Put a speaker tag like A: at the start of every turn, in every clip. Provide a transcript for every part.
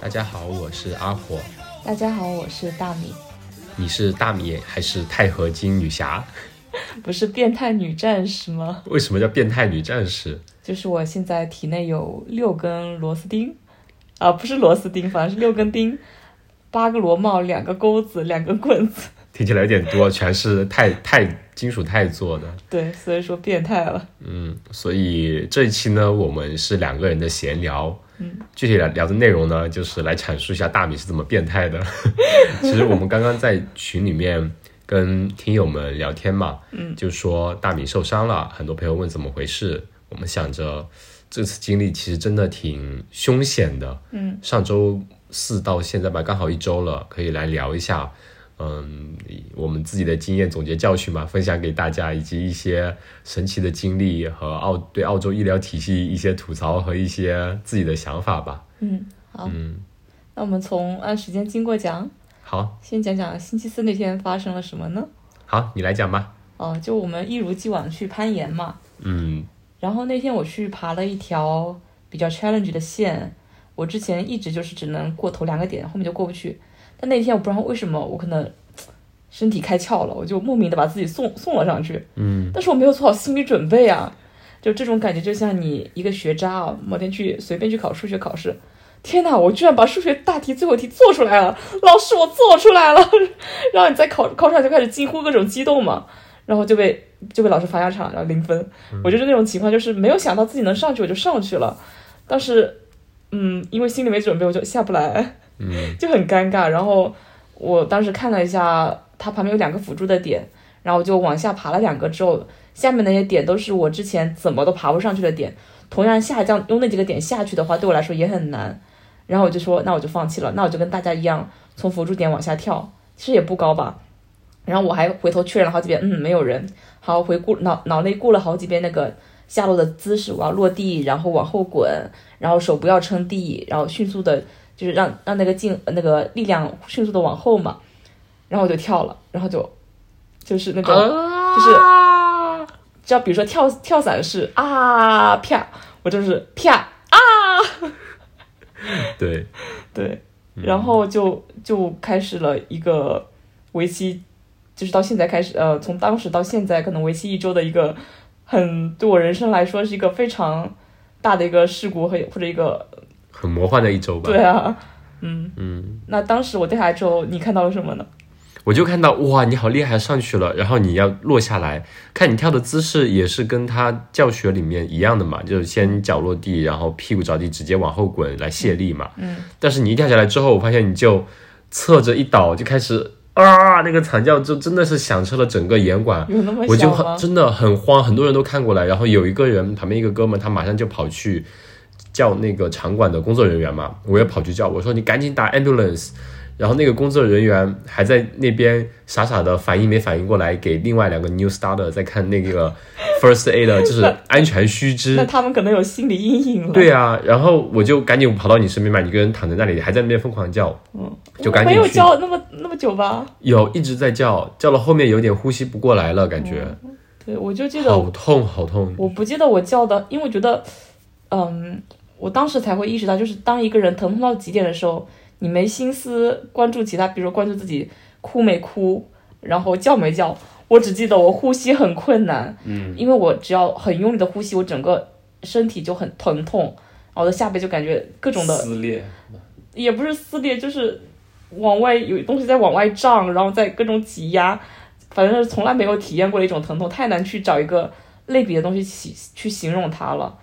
A: 大家好，我是阿火。
B: 大家好，我是大米，
A: 你是大米还是钛合金女侠？
B: 不是变态女战士吗？
A: 为什么叫变态女战士？
B: 就是我现在体内有六根螺丝钉，啊，不是螺丝钉，反正是六根钉，八个螺帽，两个钩子，两根棍子。
A: 听起来有点多，全是钛钛金属钛做的。
B: 对，所以说变态了。
A: 嗯，所以这一期呢，我们是两个人的闲聊。嗯，具体聊聊的内容呢，就是来阐述一下大米是怎么变态 的。其实我们刚刚在群里面跟听友们聊天嘛，嗯，就说大米受伤了，很多朋友问怎么回事。我们想着这次经历其实真的挺凶险的。嗯，上周四到现在吧，刚好一周了，可以来聊一下。嗯，我们自己的经验总结教训嘛，分享给大家，以及一些神奇的经历和澳对澳洲医疗体系一些吐槽和一些自己的想法吧。
B: 嗯，好，那我们从按时间经过讲，
A: 好，
B: 先讲讲星期四那天发生了什么呢？
A: 好，你来讲吧。
B: 哦、就我们一如既往去攀岩嘛，
A: 嗯，
B: 然后那天我去爬了一条比较 challenge 的线，我之前一直就是只能过头两个点，后面就过不去。但那天我不知道为什么，我可能嘖身体开窍了，我就莫名的把自己送送了上去。嗯，但是我没有做好心理准备啊，就这种感觉，就像你一个学渣啊，某天去随便去考数学考试。天哪！我居然把数学大题最后一题做出来了，老师，我做出来了。 然后你在考考场就开始惊呼各种激动嘛，然后就被就被老师罚下场，然后零分。我就是那种情况，就是没有想到自己能上去，我就上去了，但是，嗯，因为心里没准备，我就下不来，嗯，就很尴尬。然后我当时看了一下，它旁边有两个辅助的点，然后我就往下爬了两个之后，下面那些点都是我之前怎么都爬不上去的点。同样下降用那几个点下去的话，对我来说也很难。然后我就说，那我就放弃了，那我就跟大家一样，从辅助点往下跳，其实也不高吧。然后我还回头确认了好几遍，嗯，没有人。好，回顾脑脑内顾了好几遍那个下落的姿势，我要落地，然后往后滚，然后手不要撑地，然后迅速的，就是让让那个劲那个力量迅速的往后嘛。然后我就跳了，然后就就是那种、就是。就比如说跳跳伞是啊啪，我就是啪
A: 对，
B: 对，然后就就开始了一个为期，就是到现在开始，呃，从当时到现在，可能为期一周的一个很对我人生来说是一个非常大的一个事故和或者一个
A: 很魔幻的一周吧。
B: 对啊，嗯嗯。那当时我掉下来之后，你看到了什么呢？
A: 我就看到哇，你好厉害，上去了，然后你要落下来，看你跳的姿势也是跟他教学里面一样的嘛，就是先脚落地，然后屁股着地，直接往后滚来卸力嘛。嗯。但是你一跳下来之后，我发现你就侧着一倒，就开始啊，那个惨叫就真的是响彻了整个岩馆。
B: 有那么
A: 我就
B: 小
A: 很
B: 吗？
A: 真的很慌，很多人都看过来，然后有一个人旁边一个哥们，他马上就跑去叫那个场馆的工作人员嘛，我也跑去叫，我说你赶紧打 ambulance。然后那个工作人员还在那边傻傻的反应没反应过来，给另外两个 new starter 在看那 个 first aid 的，就是安全须知
B: 那。他们可能有心理阴影 了。
A: 对啊，然后我就赶紧跑到你身边嘛，你一个人躺在那里，还在那边疯狂叫，
B: 嗯，
A: 就
B: 我
A: 赶紧
B: 没有
A: 去
B: 教那么那么久吧？
A: 有一直在叫，叫到后面有点呼吸不过来了，感觉、
B: 对，我就记得
A: 好痛好痛。
B: 我不记得我叫的，因为我觉得，嗯，我当时才会意识到，就是当一个人疼痛到极点的时候，你没心思关注其他，比如说关注自己哭没哭，然后叫没叫。我只记得我呼吸很困难，嗯，因为我只要很用力的呼吸，我整个身体就很疼痛，然后我的下背就感觉各种的
C: 撕裂，
B: 也不是撕裂，就是往外有东西在往外胀，然后在各种挤压，反正是从来没有体验过的一种疼痛，太难去找一个类比的东西去去形容它了。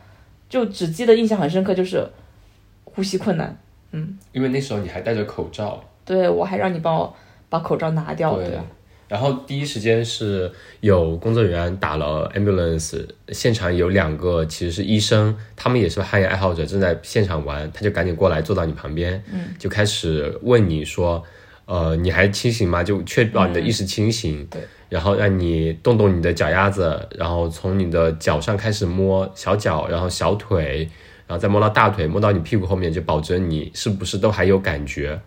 B: 就只记得印象很深刻，就是呼吸困难。
C: 因为那时候你还戴着口罩，
B: 对我还让你帮我把口罩拿掉，哦对吧？
A: 然后第一时间是有工作人员打了 ambulance，现场有两个其实是医生，他们也是攀岩爱好者，正在现场玩，他就赶紧过来坐到你旁边，嗯，就开始问你说，呃，你还清醒吗？就确保你的意识清醒，
B: 嗯对，
A: 然后让你动动你的脚丫子，然后从你的脚上开始摸小脚，然后小腿，然后再摸到大腿，摸到你屁股后面，就保证你是不是都还有感觉，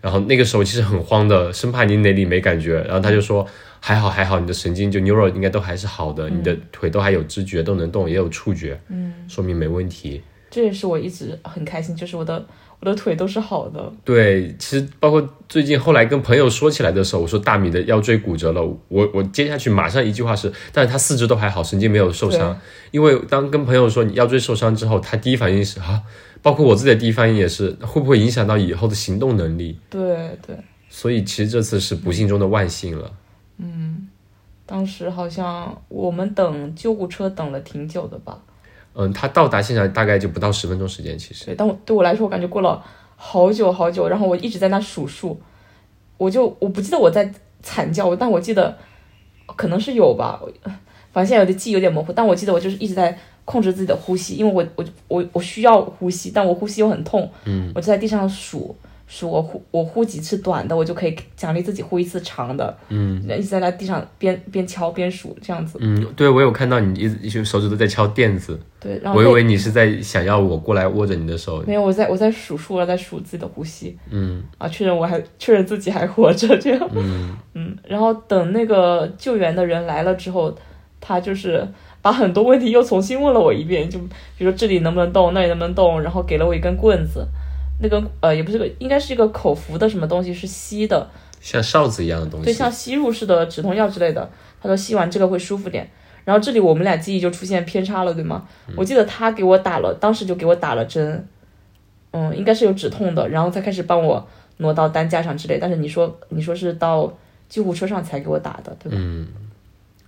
A: 然后那个时候其实很慌的，生怕你哪里没感觉。然后他就说还好还好，你的神经就 neural 应该都还是好的，你的腿都还有知觉，都能动，也有触觉，嗯，说明没问题。
B: 这也是我一直很开心，就是我的我的腿都是好的。
A: 对，其实包括最近后来跟朋友说起来的时候，我说大米的腰椎骨折了，我我接下去马上一句话是，但是他四肢都还好，神经没有受伤。因为当跟朋友说你腰椎受伤之后，他第一反应是啊，包括我自己的第一反应也是，会不会影响到以后的行动能力？
B: 对对，
A: 所以其实这次是不幸中的万幸了。
B: 当时好像我们等救护车等了挺久的吧？
A: 嗯，他到达现场大概就不到十分钟时间，其实
B: 对，但我对我来说，我感觉过了好久好久，然后我一直在那数数，我就我不记得我在惨叫，但我记得可能是有吧，我反正现在有点记忆有点模糊，但我记得我就是一直在控制自己的呼吸，因为我我我我需要呼吸，但我呼吸又很痛，嗯，我就在地上数。数我呼我呼几次短的，我就可以奖励自己呼一次长的。嗯，一直在那地上边边敲边数这样子。
A: 嗯，对我有看到你一一些手指都在敲垫子，
B: 对，然后
A: 我以为你是在想要我过来握着你的手。
B: 没有，我在我在数数了，在数自己的呼吸，嗯，啊，确认我还确认自己还活着，这样，嗯然后等那个救援的人来了之后，他就是把很多问题又重新问了我一遍，就比如说这里能不能动，那里能不能动，然后给了我一根棍子，那根呃也不是个，应该是一个口服的什么东西，是吸的，
A: 像哨子一样的东
B: 对，
A: 西。
B: 像吸入式的止痛药之类的。他说吸完这个会舒服点。然后这里我们俩记忆就出现偏差了，对吗？我记得他给我打了，当时就给我打了针，嗯，应该是有止痛的，然后才开始帮我挪到担架上之类。但是你说你说是到救护车上才给我打的，对吧？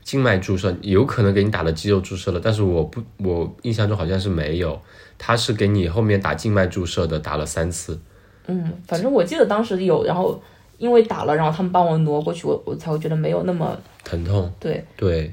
A: 静脉注射有可能给你打了肌肉注射了，但是我不，我印象中好像是没有，他是给你后面打静脉注射的，打了三次。
B: 嗯，反正我记得当时有，然后因为打了，然后他们帮我挪过去，我我才会觉得没有那么
A: 疼痛，
B: 对。
A: 对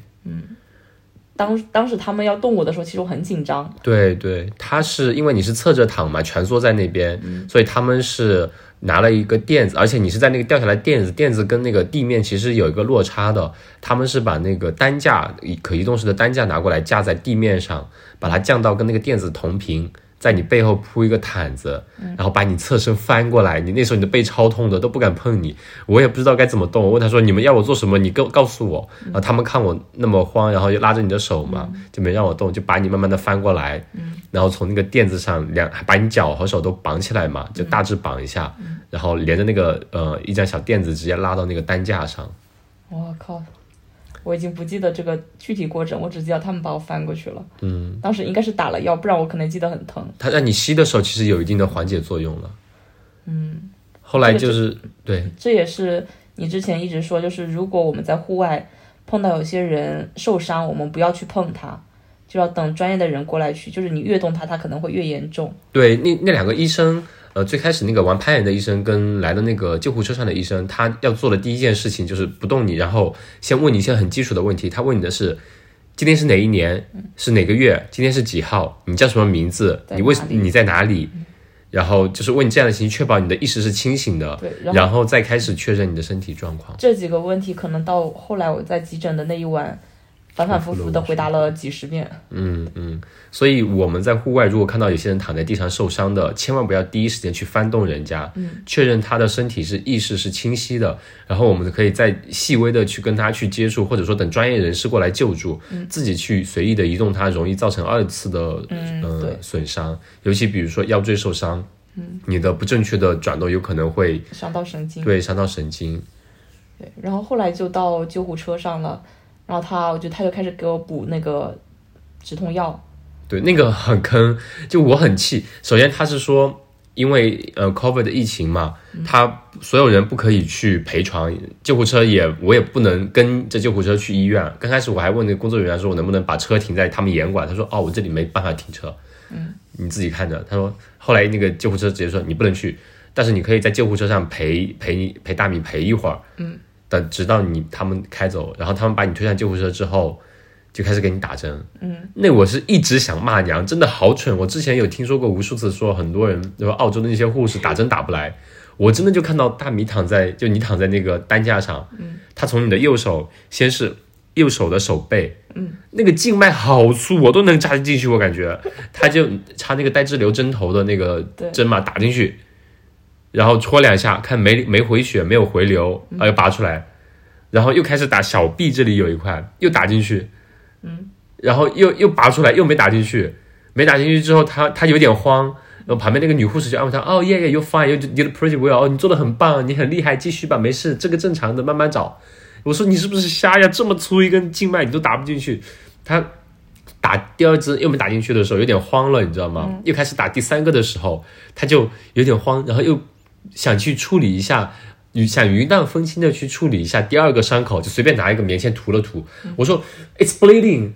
B: 当当时他们要动我的时候，其实我很紧张，
A: 对对，他是因为你是侧着躺嘛，蜷缩在那边，所以他们是拿了一个垫子，而且你是在那个掉下来垫子，垫子跟那个地面其实有一个落差的，他们是把那个担架以可移动式的担架拿过来架在地面上，把它降到跟那个垫子同平，在你背后铺一个毯子，然后把你侧身翻过来，你那时候你的背超痛的，都不敢碰你，我也不知道该怎么动，我问他说你们要我做什么，你告告诉我，然后他们看我那么慌，然后就拉着你的手嘛，就没让我动，就把你慢慢的翻过来，然后从那个垫子上两把你脚和手都绑起来嘛，就大致绑一下，然后连着那个呃一张小垫子直接拉到那个担架上。
B: 我靠，我已经不记得这个具体过程，我只记得他们把我翻过去了。嗯，当时应该是打了药，不然我可能记得很疼。
A: 它让你吸的时候，其实有一定的缓解作用了。嗯，后来就是对
B: 这也是你之前一直说，就是如果我们在户外碰到有些人受伤，我们不要去碰他，就要等专业的人过来去，就是你越动他，他可能会越严重。
A: 对，那那两个医生，呃，最开始那个玩攀岩的医生跟来的那个救护车上的医生，他要做的第一件事情就是不动你，然后先问你一些很基础的问题。他问你的是。今天是哪一年？是哪个月？今天是几号？你叫什么名字？
B: 在
A: 你为
B: 哪里嗯
A: 你在哪里？然后就是问你这样的情绪，确保你的意识是清醒的，
B: 对，然后
A: 然后再开始确认你的身体状况。
B: 这几个问题可能到后来我在急诊的那一晚，反反复复的回答了几十遍。
A: 嗯嗯，所以我们在户外如果看到有些人躺在地上受伤的，千万不要第一时间去翻动人家，
B: 嗯
A: 确认他的身体是意识是清晰的，然后我们可以再细微的去跟他去接触，或者说等专业人士过来救助，自己去随意的移动它，容易造成二次的
B: 嗯对嗯
A: 呃损伤，尤其比如说腰椎受伤，你的不正确的转动有可能会
B: 伤到神经。
A: 对伤到神经。
B: 对，然后后来就到救护车上了，然后他，我觉得他就开始给我补那个止痛药，
A: 对，那个很坑，就我很气。首先，他是说，因为呃，COVID 的疫情嘛，他所有人不可以去陪床，救护车也我也不能跟着救护车去医院。刚开始我还问那个工作人员说，我能不能把车停在他们严管？他说，哦，我这里没办法停车，嗯，你自己看着。他说，后来那个救护车直接说，你不能去，但是你可以在救护车上陪陪你陪大米陪一会儿，嗯，等直到你他们开走，然后他们把你推上救护车之后。就开始给你打针，那我是一直想骂娘，真的好蠢。我之前有听说过无数次说，很多人就说澳洲的那些护士打针打不来，我真的就看到大米躺在就你躺在那个担架上，他从你的右手先是右手的手背，嗯，那个静脉好粗，我都能扎进去，我感觉他就插那个带滞留针头的那个
B: 对
A: 针嘛，打进去，然后戳两下，看没没回血，没有回流，啊，又拔出来，然后又开始打小臂这里有一块，又打进去，然后又又拔出来，又没打进去。没打进去之后，他他有点慌，然后旁边那个女护士就安慰他，哦耶耶，you fine, you did pretty well，哦你做的很棒，你很厉害，继续吧，没事，这个正常的，慢慢找。我说你是不是瞎呀？这么粗一根静脉你都打不进去，他。打第二支又没打进去的时候，有点慌了，你知道吗？
B: 嗯
A: 又开始打第三个的时候，他就有点慌，然后又想去处理一下，与想云淡风轻的去处理一下第二个伤口，就随便拿一个棉签涂了涂。
B: 嗯
A: 我说 It's bleeding，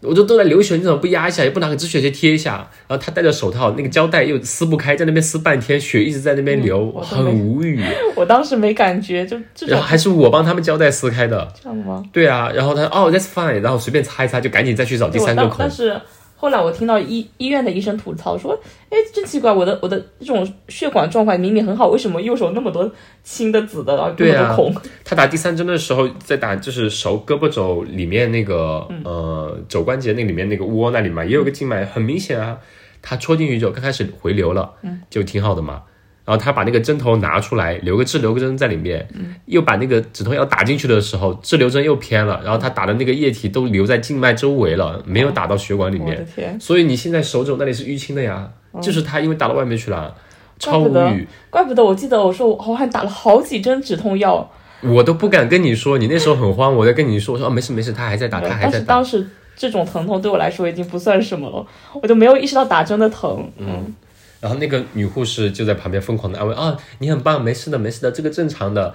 A: 我就都在流血，你怎么不压一下，也不拿个止血贴贴一下？然后他戴着手套，那个胶带又撕不开，在那边撕半天，血一直在那边流，
B: 我都没
A: 很无语。
B: 我当时没感觉，就这
A: 然
B: 种
A: 后还是我帮他们胶带撕开的，
B: 这样吗？
A: 对啊。然后他哦、t h a t s fine，然后随便擦一擦，就赶紧再去找第
B: 对我
A: 三个
B: 当
A: 孔
B: 但。是后来我听到医医院的医生吐槽说，哎，真奇怪，我的我的这种血管状况明明很好，为什么右手那么多青的紫的，然后
A: 对
B: 那
A: 啊
B: 么多孔？
A: 他打第三针的时候，在打就是手胳膊肘里面那个
B: 嗯
A: 呃肘关节那里面那个窝那里嘛，也有个静脉，很明显啊。他戳进去之后，刚开始回流了，
B: 嗯
A: 就挺好的嘛。然后他把那个针头拿出来，留个滞留针在里面，
B: 嗯
A: 又把那个止痛药打进去的时候，滞留针又偏了，然后他打的那个液体都留在静脉周围
B: 哦
A: 了，没有打到血管里
B: 我的
A: 面，
B: 天，
A: 所以你现在手肘那里是淤青的呀，就是他因为打到外面去了，超
B: 哦怪不
A: 无
B: 得
A: 语。
B: 怪不得我记得我说哦我好像打了好几针止痛药，
A: 我都不敢跟你说，你那时候很慌，我在跟你说，我说哦没事没事，他还在打，他还
B: 嗯呃但
A: 在
B: 是
A: 打。
B: 当时这种疼痛对我来说已经不算什么了，我就没有意识到打针的疼。嗯，
A: 然后那个女护士就在旁边疯狂的安慰啊，你很棒，没事的没事的，这个正常 的，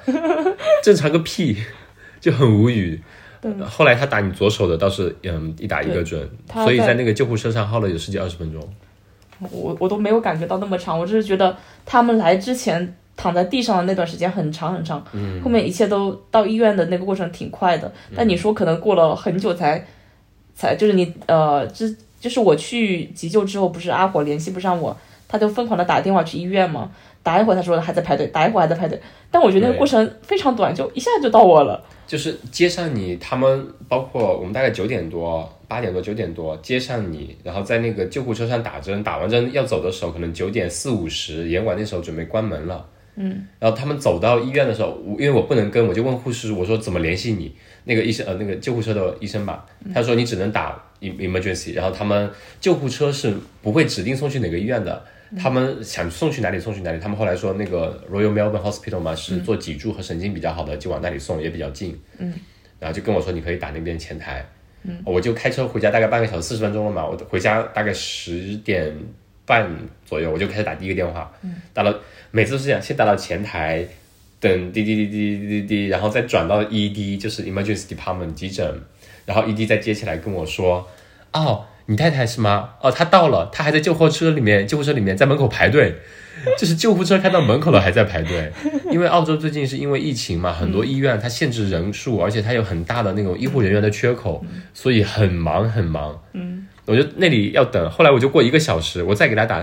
A: 正常个屁，就很无语。后来他打你左手的倒是嗯一打一个准，
B: 他
A: 所以
B: 在
A: 在那个救护车上耗了有十几二十分钟。
B: 我我都没有感觉到那么长，我只是觉得他们来之前躺在地上的那段时间很长很长，嗯、后面一切都到医院的那个过程挺快的。但你说可能过了很久才才就是你呃之就是我去急救之后，不是阿火联系不上我，他就疯狂的打电话去医院嘛。打一会儿，他说还在排队，打一会儿还在排队，但我觉得那个
A: 对
B: 过程非常短，就一下就到我了。
A: 就是接上你，他们包括我们大概九点多、八点多、九点多接上你，然后在那个救护车上打针，打完针要走的时候，可能九点四五十，严管那时候准备关门了。嗯，然后他们走到医院的时候，我因为我不能跟，我就问护士，我说怎么联系你？那个医生呃，那个救护车的医生吧，他说你只能打 em- emergency，然后他们救护车是不会指定送去哪个医院的，他们想送去哪里送去哪里。他们后来说那个 Royal Melbourne Hospital 嘛，是做脊柱和神经比较好的，就往那里送，也比较近。然后就跟我说你可以打那边前台，嗯，我就开车回家大概半个小时四十分钟了嘛，我回家大概十点半左右我就开始打第一个电话，嗯，打到每次都是这样，先打到前台，等滴滴滴滴滴滴滴，然后再转到 ED 就是 emergency department 急诊，然后 ED 再接起来跟我说，哦，你太太是吗？哦，她到了，她还在救护车里面，救护车里面在门口排队。 就是救护车开到门口了还在排队，因为澳洲最近是因为疫情嘛，很多医院它限制人数，而且它有很大的那种医护人员的缺口，所以很忙很忙。嗯，我就那里要等，后来我就过一个小时，我再给他打，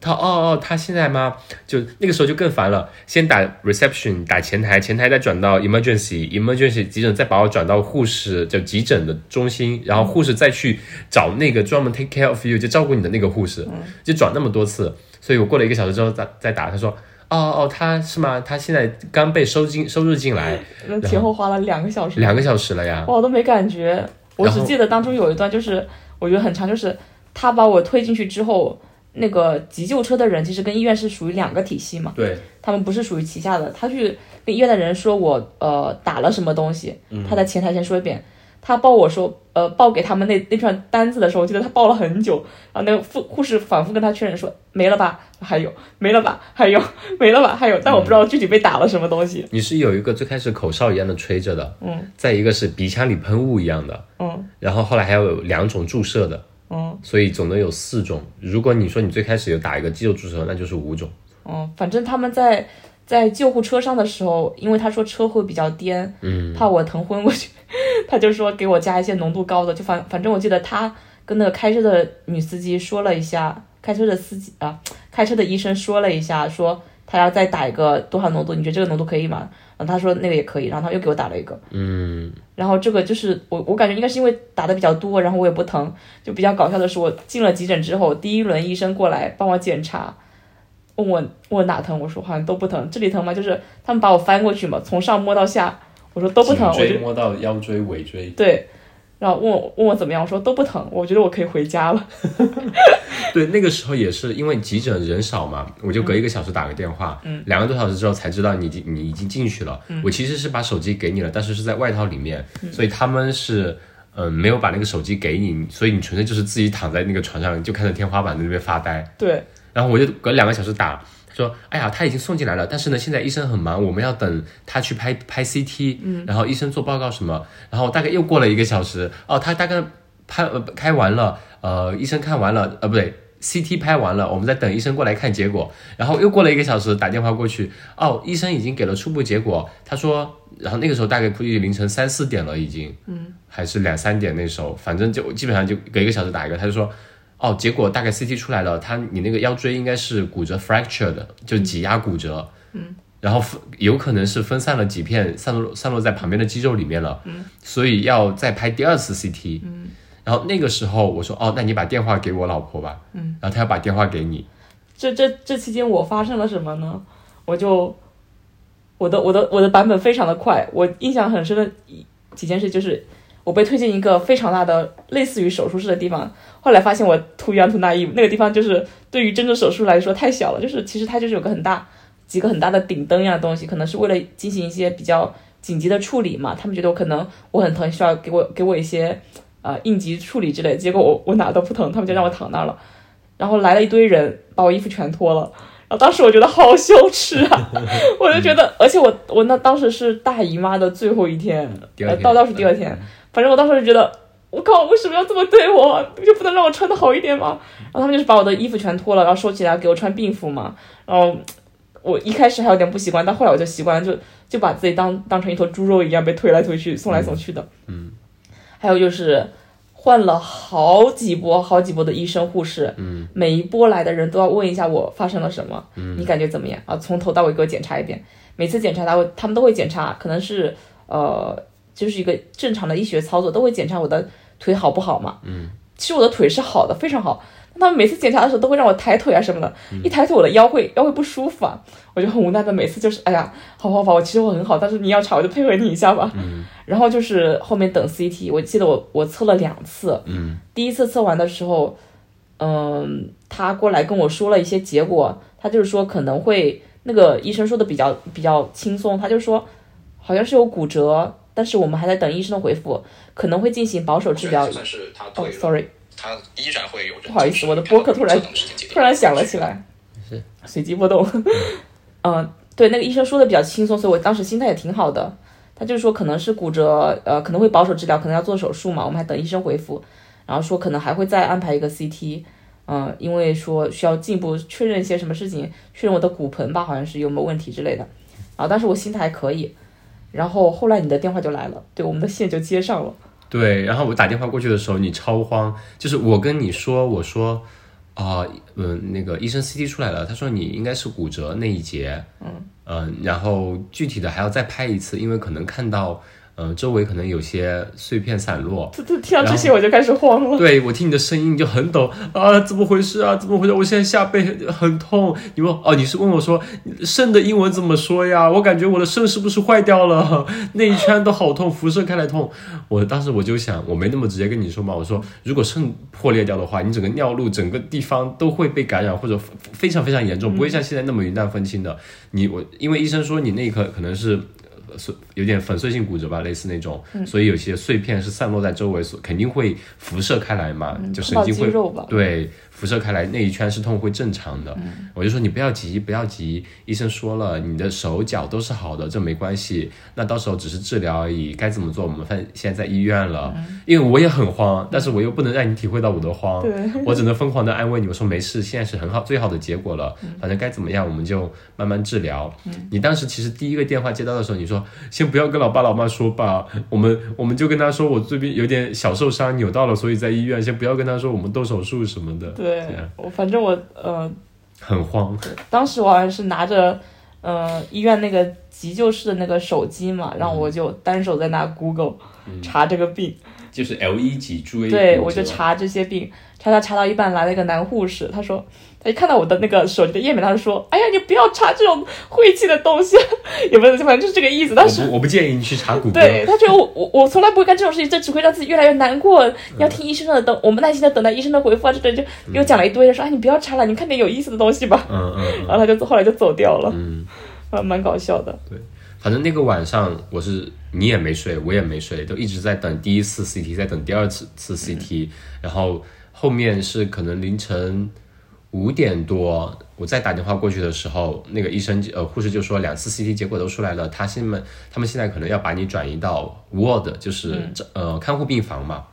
A: 他哦哦，他现在吗？就那个时候就更烦了，先打 reception，打前台，前台再转到 emergency，emergency 急诊，再把我转到护士就急诊的中心，然后护士再去找那个专门 take care of you 就照顾你的那个护士，就转那么多次，所以我过了一个小时之后再再打，他说哦哦，他是吗？他现在刚被收进收入进来，
B: 那前后花了两个小时，
A: 两个小时了呀。
B: 哇我都没感觉。我
A: 啊然
B: 只
A: 后
B: 记得当中有一段，就是我觉得很长，就是他把我推进去之后，那个急救车的人其实跟医院是属于两个体系嘛，
A: 对，
B: 他们不是属于旗下的。他去跟医院的人说我呃打了什么东西，
A: 嗯
B: 他在前台先说一遍。他报我说，呃，报给他们那那串单子的时候，我记得他报了很久，然后那个护护士反复跟他确认说没了吧，还有没了吧，还有没了吧，还有，但我不知道具体被打了什么东西。
A: 你是有一个最开始口哨一样的吹着的，
B: 嗯，
A: 再一个是鼻腔里喷雾一样的，
B: 嗯
A: 然后后来还有两种注射的，
B: 嗯，
A: 所以总共有四种。如果你说你最开始有打一个肌肉注射，那就是五种。
B: 嗯，反正他们在在救护车上的时候，因为他说车会比较颠，嗯，怕我疼昏过去，他就说给我加一些浓度高的。就反反正我记得他跟那个开车的女司机说了一下，开车的司机啊，开车的医生说了一下，说他要再打一个多少浓度，你觉得这个浓度可以吗？然后他说那个也可以，然后他又给我打了一个，嗯，然后这个就是我我感觉应该是因为打的比较多，然后我也不疼，就比较搞笑的是我进了急诊之后，第一轮医生过来帮我检查。问我问我哪疼，我说好像都不疼，这里疼吗？就是他们把我翻过去嘛，从上摸到下，我说都不疼，我就
A: 摸到腰椎、尾椎，
B: 对，然后问我问我怎么样，我说都不疼，我觉得我可以回家了。
A: 对，那个时候也是因为急诊人少嘛，我就隔一个小时打个电话，嗯，两个多小时之后才知道你已经你已经进去了。我其实是把手机给你了，但是是在外套里面，所以他们是嗯没有把那个手机给你，所以你纯粹就是自己躺在那个床上就看着天花板在那边发呆。
B: 对，
A: 然后我就隔两个小时打，他说：“哎呀，他已经送进来了，但是呢，现在医生很忙，我们要等他去拍拍 CT，嗯，然后医生做报告什么，然后大概又过了一个小时，哦，他大概拍呃开完了，呃，医生看完了，呃，不对。” CT 拍完了，我们在等医生过来看结果，然后又过了一个小时，打电话过去，哦，医生已经给了初步结果，他说，然后那个时候大概估计凌晨三四点了已经，嗯，还是两三点那时候，反正就基本上就隔一个小时打一个，他就说，哦，结果大概 CT 出来了，他你那个腰椎应该是骨折 fracture 的，就挤压骨折，嗯，然后分有可能是分散了几片，散落散落在旁边的肌肉里面了，嗯，所以要再拍第二次 CT，嗯，然后那个时候我说，哦，那你把电话给我老婆吧，嗯，然后她要把电话给你，
B: 这这这期间我发生了什么呢？我就我的我的我的版本非常的快，我印象很深的一几件事就是我被推荐一个非常大的类似于手术室的地方，后来发现我 too young too naive，那个地方就是对于真正手术来说太小了，就是其实它就是有个很大几个很大的顶灯一样的东西，可能是为了进行一些比较紧急的处理嘛，他们觉得我可能我很疼，需要给我给我一些呃应急处理之类的，结果我我哪都不疼，他们就让我躺那儿了。然后来了一堆人，把我衣服全脱了。然后当时我觉得好羞耻啊， 我就觉得，而且我我那当时是大姨妈的最后一天，
A: 第二
B: 呃
A: 天嗯
B: 到倒数第二天，反正我当时就觉得，我靠，为什么要这么对我？就不能让我穿的好一点吗？然后他们就是把我的衣服全脱了，然后收起来给我穿病服嘛。然后我一开始还有点不习惯，但后来我就习惯了，就就把自己当当成一头猪肉一样被推来推去、送来送去的。嗯，还有就是换了好几波、好几波的医生护士，嗯，每一波来的人都要问一下我发生了什么，嗯，你感觉怎么样啊？从头到尾给我检查一遍，每次检查他会，他们都会检查，可能是呃，就是一个正常的医学操作，都会检查我的腿好不好嘛，嗯，其实我的腿是好的，非常好。但他们每次检查的时候都会让我抬腿啊什么的，一抬腿我的腰会腰会不舒服啊，我就很无奈的每次就是哎呀，好好好，我其实我很好，但是你要查我就配合你一下吧。然后就是后面等 CT，我记得我我测了两次，嗯，第一次测完的时候，嗯，他过来跟我说了一些结果，他就是说可能会那个医生说的比较比较轻松，他就说好像是有骨折，但是我们还在等医生的回复，可能会进行保守治疗
D: 就。算是他
B: 哦
D: 退了，
B: ，sorry，
D: 他依然会有人
B: 不好意思我的播客突然突然响了起来，是随机波动。嗯，对，那个医生说的比较轻松，所以我当时心态也挺好的。他就说可能是骨折，呃，可能会保守治疗，可能要做手术嘛，我们还等医生回复，然后说可能还会再安排一个 CT，嗯、因为说需要进一步确认一些什么事情，确认我的骨盆吧，好像是有没有问题之类的。然后当时我心态还可以，然后后来你的电话就来了，对，我们的线就接上了。
A: 对，然后我打电话过去的时候，你超慌，就是我跟你说，我说，啊、嗯，那个医生 CT 出来了，他说你应该是骨折那一节，嗯然后具体的还要再拍一次，因为可能看到，呃，周围可能有些碎片散落。
B: 这这听到
A: 哦然
B: 这
A: 后
B: 些 我就开始慌了。
A: 对我听你的声音你就很抖啊，怎么回事啊？怎么回事？我现在下背很很痛。你问哦，你是问我说肾的英文怎么说呀？我感觉我的肾是不是坏掉了？ 那一圈都好痛，辐射开来痛。我当时我就想，我没那么直接跟你说嘛，我说如果肾破裂掉的话，你整个尿路整个地方都会被感染，或者非非常非常严重，不会像现在那么云淡风轻的。你我因为医生说你那一刻可能是。呃碎有点粉碎性骨折吧，类似那种，
B: 嗯
A: 所以有些碎片是散落在周围，所肯定会辐射开来嘛，就
B: 嗯碰
A: 神
B: 到
A: 经
B: 肌
A: 会
B: 肉吧，
A: 对，辐射开来那一圈是痛，会正常的。
B: 嗯
A: 我就说你不要急，不要急，医生说了，你的手脚都是好的，这没关系。那到时候只是治疗而已，该怎么做我们反现在在医院了。
B: 嗯
A: 因为我也很慌，但是我又不能让你体会到我的慌，我只能疯狂的安慰你，我说没事，现在是很好最好的结果了，
B: 嗯
A: 反正该怎么样我们就慢慢治疗。你当时其实第一个电话接到的时候，你说 先不要跟老爸老妈说吧，我们我们就跟他说我这边有点小受伤，扭到了，所以在医院，先不要跟他说我们动手术什么的，
B: 对
A: 这样，
B: 我反正我呃
A: 很慌。
B: 当时我好像是拿着，呃，医院那个嗯急救室的那个手机嘛，然后我就单手在那 Google 查这个病，
C: 就是 L 一级猪胃
B: 对
C: 骨
B: 我就
C: 折
B: 查这些病，查查查到一半来了一个男护士，他说，他一看到我的那个手机的页面，他就说，哎呀，你不要查这种晦气的东西， 也不是，反正就是这个意思。但
A: 我
B: 是
A: 不我不建议你去查谷歌，
B: 嗯对他觉得我我我从来不会干这种事情，这只会让自己越来越难过。你要听医生的，等我们耐心的等待医生的回复啊，这这就又讲了一堆，说哎你不要查了，你看点有意思的东西吧。
A: 嗯嗯
B: 然后他就后来就走掉了，
A: 嗯，
B: 啊，蛮搞笑的。
A: 反正那个晚上我是你也没睡，我也没睡，都一直在等第一次 CT，在等第二次次 CT，、然后后面是可能凌晨五点多，我再打电话过去的时候，那个医生呃护士就说两次 CT 结果都出来了，他现在他们现在可能要把你转移到 ward，就是、呃看护病房嘛。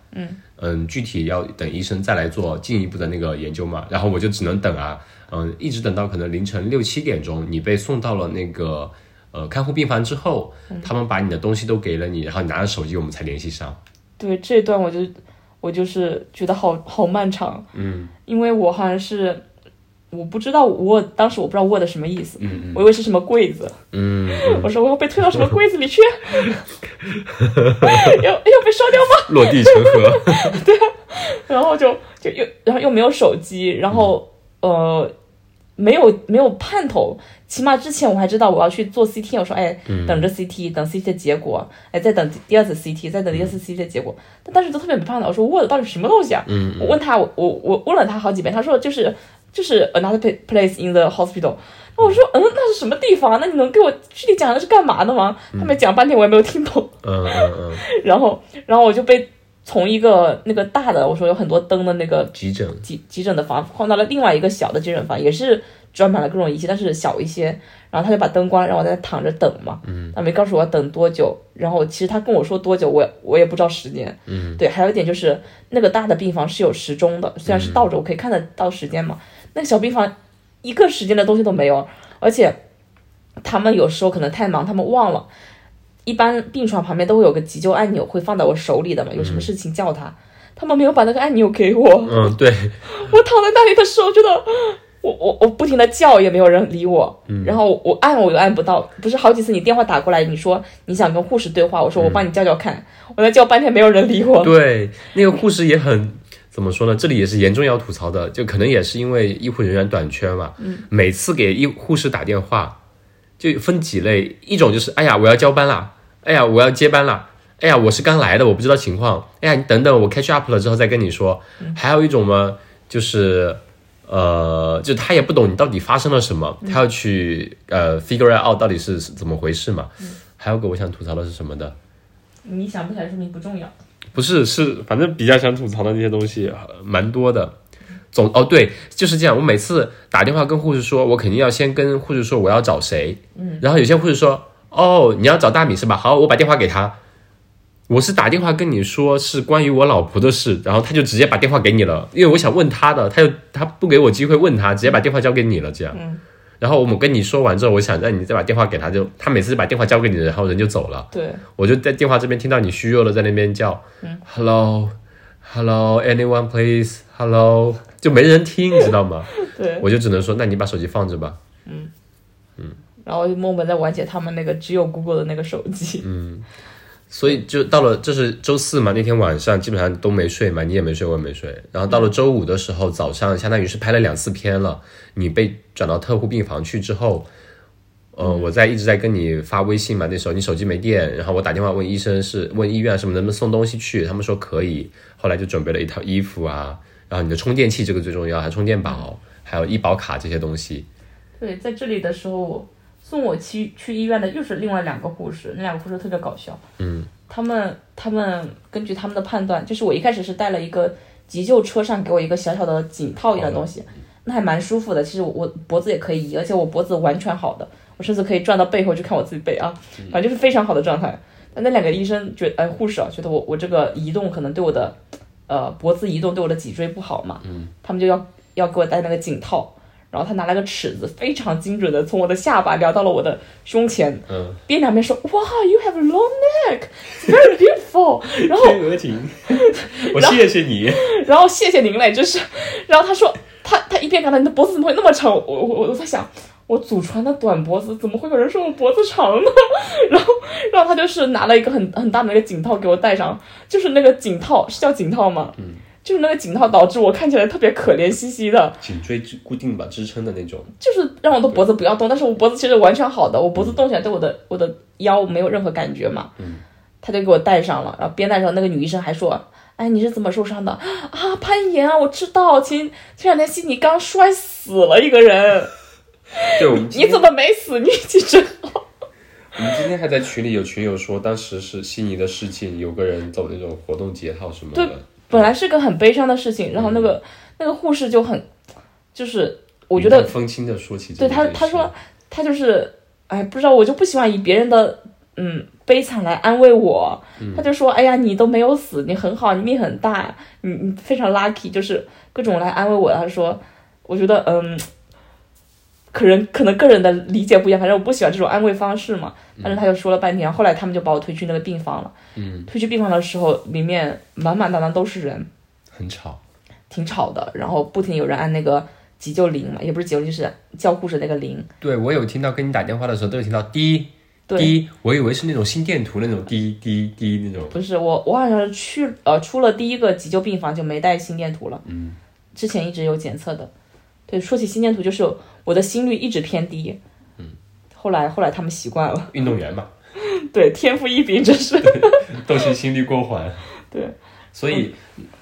A: 嗯具体要等医生再来做进一步的那个研究嘛，然后我就只能等啊，嗯，一直等到可能凌晨六七点钟，你被送到了那个呃看护病房之后，他们把你的东西都给了你，然后你拿着手机，我们才联系上。
B: 对这段我就我就是觉得好好漫长，嗯，因为我好像是我不知道我当时我不知道 Word 什么意思，嗯我以为是什么柜子，嗯，我说我要被推到什么柜子里 去，要要被烧掉吗？
A: 落地成盒，
B: 然后就就又然后又没有手机，然后、呃没有没有盼头，起码之前我还知道我要去做 CT，我说哎等着 CT，等 CT 的结果，哎再等第二次 CT，再等第二次 CT 的结果，但当时都特别没盼头，我说 Word 到底什么东西啊？我问他我我我问了他好几遍，他说就是就是 another pa- place in the hospital。那我说，嗯，那是什么地方啊？那你能给我具体讲的是干嘛的吗？他们讲半天我也没有听懂。
A: 嗯嗯嗯，
B: 然后，然后我就被从一个那个大的，我说有很多灯的那个
A: 急诊，
B: 急急诊的房换到了另外一个小的急诊房，也是装满了各种仪器，但是小一些。然后他就把灯关了，让我在那躺着等嘛。嗯，他没告诉我要等多久。然后其实他跟我说多久，我也我也不知道时间。嗯，对，还有一点就是那个大的病房是有时钟的，虽然是倒着，我可以看得到时间嘛。那个小病房一个时间的东西都没有，而且他们有时候可能太忙，他们忘了。一般病床旁边都会有个急救按钮，会放在我手里的嘛，有什么事情叫他。他们没有把那个按钮给我，
A: 嗯对，
B: 我躺在那里的时候，觉得我我我不停的叫，也没有人理我。然后我我按我又按不到，不是好几次你电话打过来，你说你想跟护士对话，我说我帮你叫叫看，我在叫半天没有人理我。
A: 对，那个护士也很怎么说呢？这里也是严重要吐槽的，就可能也是因为医护人员短缺嘛。嗯，每次给医护士打电话，就分几类，一种就是哎呀我要交班啦，哎呀我要接班啦。哎呀，我是刚来的，我不知道情况。哎呀，你等等，我 catch up 了之后再跟你说。还有一种嘛，就是，呃，就他也不懂你到底发生了什么，他要去呃 figure it out 到底是怎么回事嘛。还有个我想吐槽的是什么的，
B: 你想不起来说明不重要。
A: 不是，是反正比较想吐槽的那些东西呃蛮多的。总哦对，就是这样。我每次打电话跟护士说，我肯定要先跟护士说我要找谁，嗯，然后有些护士说，哦，你要找大米是吧？好，我把电话给他。我是打电话跟你说是关于我老婆的事，然后他就直接把电话给你了，因为我想问他的，他就他不给我机会问他，直接把电话交给你了，这样。然后我们跟你说完之后，我想让你再把电话给他，就他每次把电话交给你，然后人就走了。
B: 对，
A: 我就在电话这边听到你虚弱的在那边叫、h e l l o hello anyone please hello，就没人听，知道吗？
B: 对
A: 我就只能说，那你把手机放着吧。
B: 然后就默默在玩解他们那个只有 Google 的那个手机。
A: 所以就到了，这是周四嘛，那天晚上基本上都没睡嘛，你也没睡，我也没睡。然后到
C: 嗯
A: 了周五的时候，早上相当于是拍了两次片了。你被转到特护病房去之后，呃，
C: 嗯
A: 我在一直在跟你发微信嘛，那时候你手机没电，然后我打电话问医生是问医院什么能不能送东西去，他们说可以。后来就准备了一套衣服啊，然后你的充电器这个最重要，还有充电宝，还有医保卡这些东西。
B: 对，在这里的时候，送我去去医院的又是另外两个护士，那两个护士特别搞笑。嗯，他们他们根据他们的判断，就是我一开始是带了一个急救车上给我一个小小的颈套一样的东西，那还蛮舒服的。其实我我脖子也可以移，而且我脖子完全好的，我甚至可以转到背后去看我自己背啊，反正就是非常好的状态。但那两个医生觉哎护士啊，觉得我我这个移动可能对我的呃脖子移动对我的脊椎不好嘛，嗯，他们就要要给我戴那个颈套。然后他拿了个尺子，非常精准的从我的下巴撩到了我的胸前，
A: 嗯，
B: 边两边说，哇，you have a long neck, it's very beautiful。然 后
C: 鹅颈，我谢谢你。
B: 然后谢谢您嘞，就是，然后他说他他一边感叹你的脖子怎么会那么长，我我我我在想，我我祖传的短脖子，怎么会有人说我脖子长呢？ 然后，然后他就是拿了一个很很大的那个颈套给我戴上，就是那个颈套是叫颈套吗？嗯，就是那个颈套导致我看起来特别可怜兮兮的，
C: 颈椎固定吧，支撑的那种。
B: 就是让我的脖子不要动，但是我脖子其实完全好的，我脖子动起来对我的我的腰没有任何感觉嘛。嗯，他就给我戴上了，然后边戴上那个女医生还说。哎，你是怎么受伤的啊？攀岩啊，我知道。前前两天悉尼刚摔死了一个人，
C: 对，我们
B: 你怎么没死？你运气真好。
C: 我们今天还在群里有群友说，当时是悉尼的事情，有个人走那种活动节套什么的。
B: 对， 本来是个很悲伤的事情，然后那个、嗯、那个护士就很，就是我觉得
C: 风轻的说起，
B: 对他他说他就是哎，不知道我就不喜欢以别人的嗯。悲惨来安慰我，他就说：“哎呀，你都没有死，你很好，你命很大，你你非常 lucky。”就是各种来安慰我。他说：“我觉得，嗯，可能可能个人的理解不一样，反正我不喜欢这种安慰方式嘛。”但是他就说了半天，后来他们就把我推去那个病房了。嗯，推去病房的时候，里面满满当当都是人，
C: 很吵，
B: 挺吵的。然后不停有人按那个。急救铃嘛，也不是急救，就是叫护士那个铃。
A: 对，我有听到跟你打电话的时候，都有听到滴。滴，我以为是那种心电图那种滴滴滴那种。
B: 不是我，我好像是去呃出了第一个急救病房就没带心电图了。嗯，之前一直有检测的。对，说起心电图，就是我的心率一直偏低。嗯，后来后来他们习惯了。
C: 运动员嘛。
B: 对，天赋异禀，真是。
C: 都是心率过缓。
B: 对。
A: 所以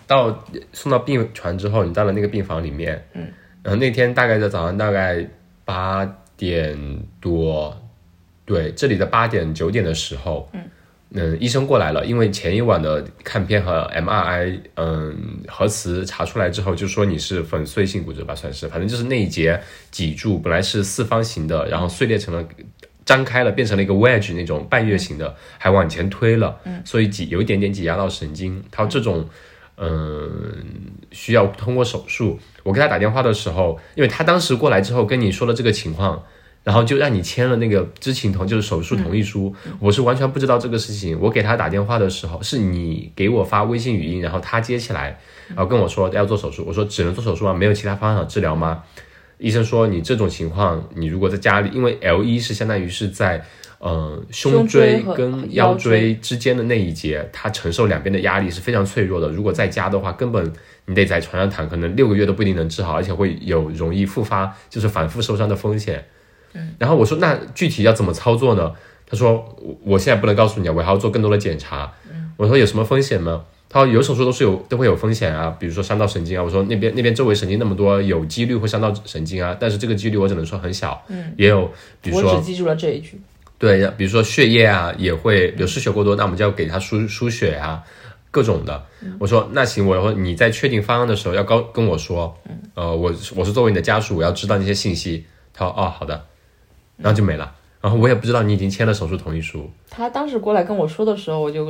A: 到送到病床之后，你到了那个病房里面。嗯。然后那天大概在早上大概八点多。对，这里的八点九点的时候，嗯嗯，医生过来了，因为前一晚的看片和 MRI，嗯，核磁查出来之后，就说你是粉碎性骨折吧，算是，反正就是那一节脊柱本来是四方形的，然后碎裂成了，张开了，变成了一个 wedge 那种半月形的，还往前推了，嗯，所以挤有一点点挤压到神经，它这种，嗯，需要通过手术。我给他打电话的时候，因为他当时过来之后跟你说了这个情况。然后就让你签了那个知情同，就是手术同意书。嗯、我是完全不知道这个事情。我给他打电话的时候，是你给我发微信语音，然后他接起来，然后跟我说要做手术。我说只能做手术吗？没有其他方法治疗吗？医生说你这种情况，你如果在家里，因为 L 一是相当于是在呃胸椎跟腰椎之间的那一节，它承受两边的压力是非常脆弱的。如果在家的话，根本你得在床上躺，可能六个月都不一定能治好，而且会有容易复发，就是反复受伤的风险。然后我说那具体要怎么操作呢？他说我我现在不能告诉你，啊我还要做更多的检查。
B: 嗯
A: 我说有什么风险吗？他说有手术都是有都会有风险啊，比如说伤到神经啊。我说那边那边周围神经那么多，有几率会伤到神经啊，但是这个几率我只能说很小。嗯，也有比如说
B: 我只记住了这一句。
A: 对，比如说血液啊也会有失血过多，那我们就要给他输输血啊。各种的，
B: 嗯
A: 我说那行，我说你在确定方案的时候要告跟我说，
B: 嗯
A: 呃，我我是作为你的家属，我要知道那些信息。他说哦好的。然后就没了，然后我也不知道你已经签了手术同意书。
B: 他当时过来跟我说的时候，我就，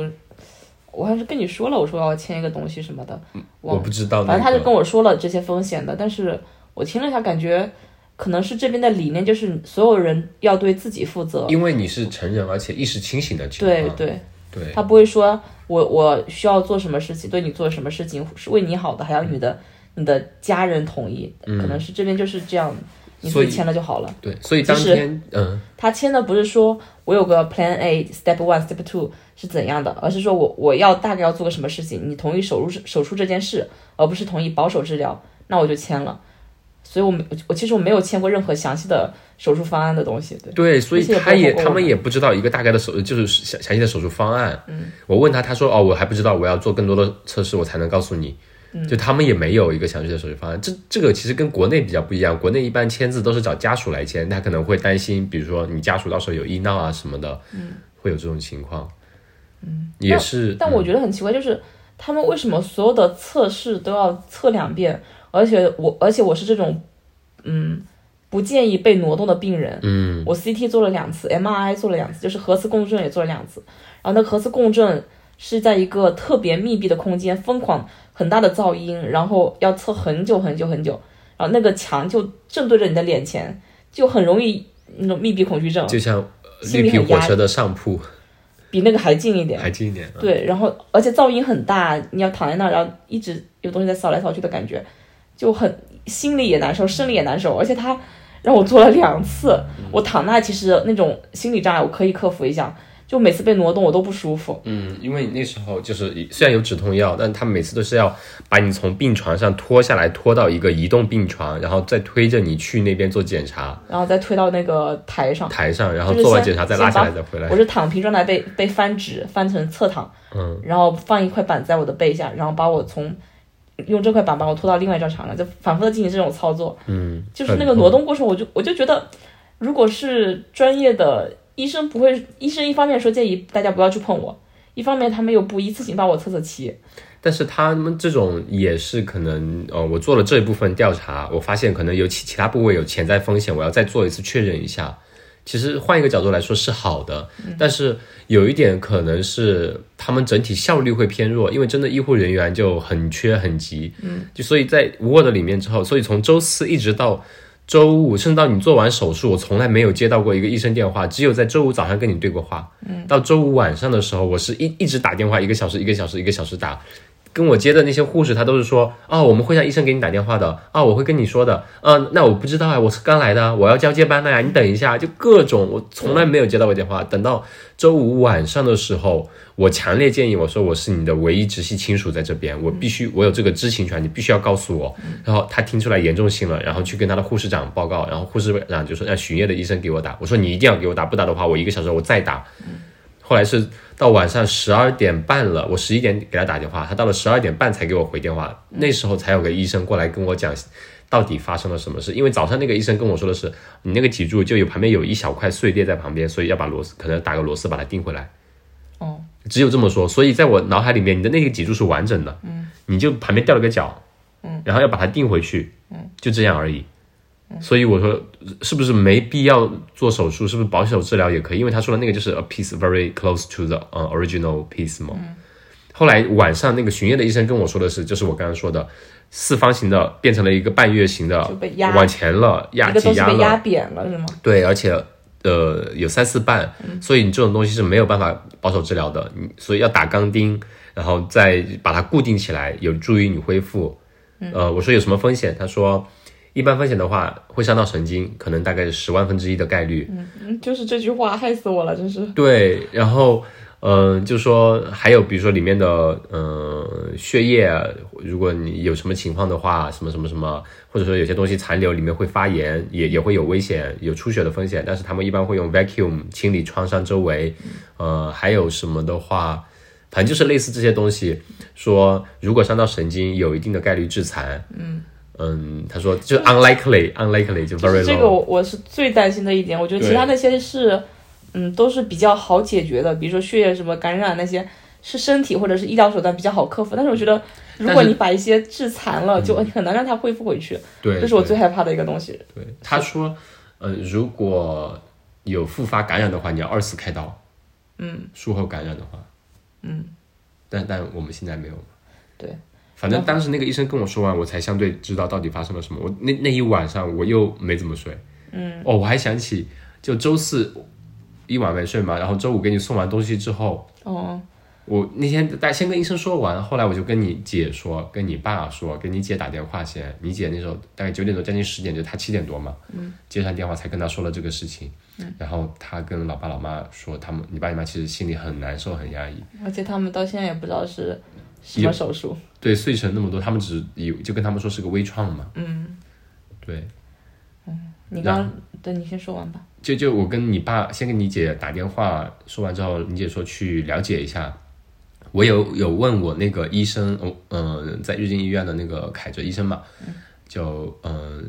B: 我还是跟你说了，我说要签一个东西什么的。
A: 我不知道、那个。
B: 反正他就跟我说了这些风险的，但是我听了一下，感觉可能是这边的理念就是所有人要对自己负责。
A: 因为你是成人，而且意识清醒的情
B: 况。对对
A: 对。对
B: 他不会说我我需要做什么事情，对你做什么事情是为你好的，还要你的、嗯、你的家人同意，嗯、可能是这边就是这样。你自己签了就好了。
A: 对，所以当天，嗯，
B: 他签的不是说我有个 Plan A、Step One、Step Two 是怎样的，而是说我我要大概要做个什么事情，你同意手术手术这件事，而不是同意保守治疗，那我就签了。所以我没我其实我没有签过任何详细的手术方案的东西。对，
A: 对，所以他也他们也不知道一个大概的手就是详详细的手术方案。嗯，我问他，他说哦，我还不知道，我要做更多的测试，我才能告诉你。
B: 嗯
A: 就他们也没有一个详细的手续方案，这这个其实跟国内比较不一样。国内一般签字都是找家属来签，他可能会担心，比如说你家属到时候有医闹啊什么的，嗯，会有这种情况。
B: 嗯，
A: 也是。
B: 但,但我觉得很奇怪，就是他们为什么所有的测试都要测两遍？而且我，而且我是这种，嗯，不建议被挪动的病人。
A: 嗯，
B: 我 CT 做了两次，MRI 做了两次，就是核磁共振也做了两次。然后那核磁共振是在一个特别密闭的空间，疯狂。很大的噪音，然后要测很久很久很久，然后那个墙就正对着你的脸前，就很容易那种密闭恐惧症，
A: 嗯就像绿皮火车的上铺，
B: 比那个还近一点，
A: 还近一点。啊
B: 嗯、对，然后而且噪音很大，你要躺在那，然后一直有东西在扫来扫去的感觉，就很心里也难受，生理也难受，而且它让我做了两次。我躺那其实那种心理障碍我可以克服一下，就每次被挪动我都不舒服。
A: 嗯，因为你那时候就是虽然有止痛药，但他每次都是要把你从病床上拖下来，拖到一个移动病床，然后再推着你去那边做检查
B: 然后再推到那个台上。
A: 台上，然后
B: 就是
A: 做完
B: 先
A: 检查再拉
B: 先
A: 下
B: 把
A: 来再回来
B: 我。是躺平状态被被翻直，翻成侧躺，嗯，然后放一块板在我的背下，然后把我从用这块板把我拖到另外一张床上，就反复的进行这种操作，
A: 嗯，
B: 就是
A: 很
B: 那个挪动过程，我就我就觉得，如果是专业的医生不会，医生一方面说建议大家不要去碰我，一方面他们又不一次性把我测测齐，
A: 但是他们这种也是可能，呃，我做了这一部分调查，我发现可能有其其他部位有潜在风险，我要再做一次确认一下。其实换一个角度来说是好的，但是有一点可能是他们整体效率会偏弱，因为真的医护人员就很缺很急，嗯，就所以在 Word 里面之后，所以从周四一直到周五，甚至到你做完手术，我从来没有接到过一个医生电话，只有在周五早上跟你对过话，嗯，到周五晚上的时候，我是一一直打电话，一个小时一个小时一个小时打，跟我接的那些护士，她都是说，哦，我们会让医生给你打电话的，啊，我会跟你说的，嗯、那我不知道啊，我是刚来的，我要交接班的呀，你等一下，就各种，我从来没有接到过电话。等到周五晚上的时候，我强烈建议我说我是你的唯一直系亲属在这边，我必须我有这个知情权，你必须要告诉我。然后他听出来严重性了，然后去跟他的护士长报告，然后护士长就说让巡夜的医生给我打，我说你一定要给我打，不打的话我一个小时我再打。后来是到晚上十二点半了，我十一点给他打电话，他到了十二点半才给我回电话，那时候才有个医生过来跟我讲到底发生了什么事。因为早上那个医生跟我说的是，你那个脊柱就有旁边有一小块碎裂在旁边，所以要把螺丝可能打个螺丝把它钉回来。
B: 哦，
A: 只有这么说，所以在我脑海里面，你的那个脊柱是完整的，嗯，你就旁边掉了个角，嗯，然后要把它钉回去，嗯，就这样而已。所以我说，是不是没必要做手术？是不是保守治疗也可以？因为他说的那个就是 a piece very close to the 呃、original piece 嘛。后来晚上那个巡夜的医生跟我说的是，就是我刚刚说的，四方形的变成了一个半月形的
B: 就被压，
A: 往前了，压
B: 一个
A: 挤
B: 东西
A: 压
B: 被
A: 了，
B: 压扁了是吗？
A: 对，而且呃有三四瓣，所以你这种东西是没有办法保守治疗的，你所以要打钢钉，然后再把它固定起来，有助于你恢复。呃，我说有什么风险？他说一般风险的话会伤到神经，可能大概十万分之一的概率。
B: 嗯，就是这句话害死我了，真是。
A: 对，然后。嗯、就说还有，比如说里面的嗯、呃血液，如果你有什么情况的话，什么什么什么，或者说有些东西残留里面会发炎，也也会有危险，有出血的风险。但是他们一般会用 vacuum 清理创伤周围，呃，还有什么的话，反正就是类似这些东西。说如果伤到神经，有一定的概率致残。嗯嗯，他说就 unlikely unlikely 就
B: 就
A: very
B: 是
A: low。
B: 这个我我是最担心的一点，我觉得其他那些是，嗯，都是比较好解决的，比如说血液什么感染那些，是身体或者是医疗手段比较好克服。但是我觉得，如果
A: 但是
B: 你把一些致残了，就很难让它恢复回去，
A: 对，
B: 这是我
A: 对
B: 最害怕的一个东西。
A: 对，他说，呃，如果有复发感染的话，你要二次开刀。嗯，术后感染的话，嗯，但但我们现在没有。
B: 对，
A: 反正当时那个医生跟我说完，我才相对知道到底发生了什么。我那那一晚上我又没怎么睡。嗯，哦，我还想起，就周四一晚没睡嘛，然后周五给你送完东西之后，
B: 哦，
A: 我那天大先跟医生说完，后来我就跟你姐说，跟你爸说，跟你姐打电话先。你姐那时候大概九点多，将近十点，就她七点多嘛，接上电话才跟她说了这个事情。然后她跟老爸老妈说，他们你爸你妈其实心里很难受，很压抑。
B: 而且他们到现在也不知道是什么手术。
A: 对，碎成那么多，他们只是以就跟他们说是个微创嘛。嗯，对，
B: 你
A: 然
B: 刚，对你先说完吧。
A: 就就我跟你爸先跟你姐打电话说完之后，你姐说去了解一下。我有有问我那个医生，嗯、呃在日进医院的那个凯哲医生嘛，就嗯、呃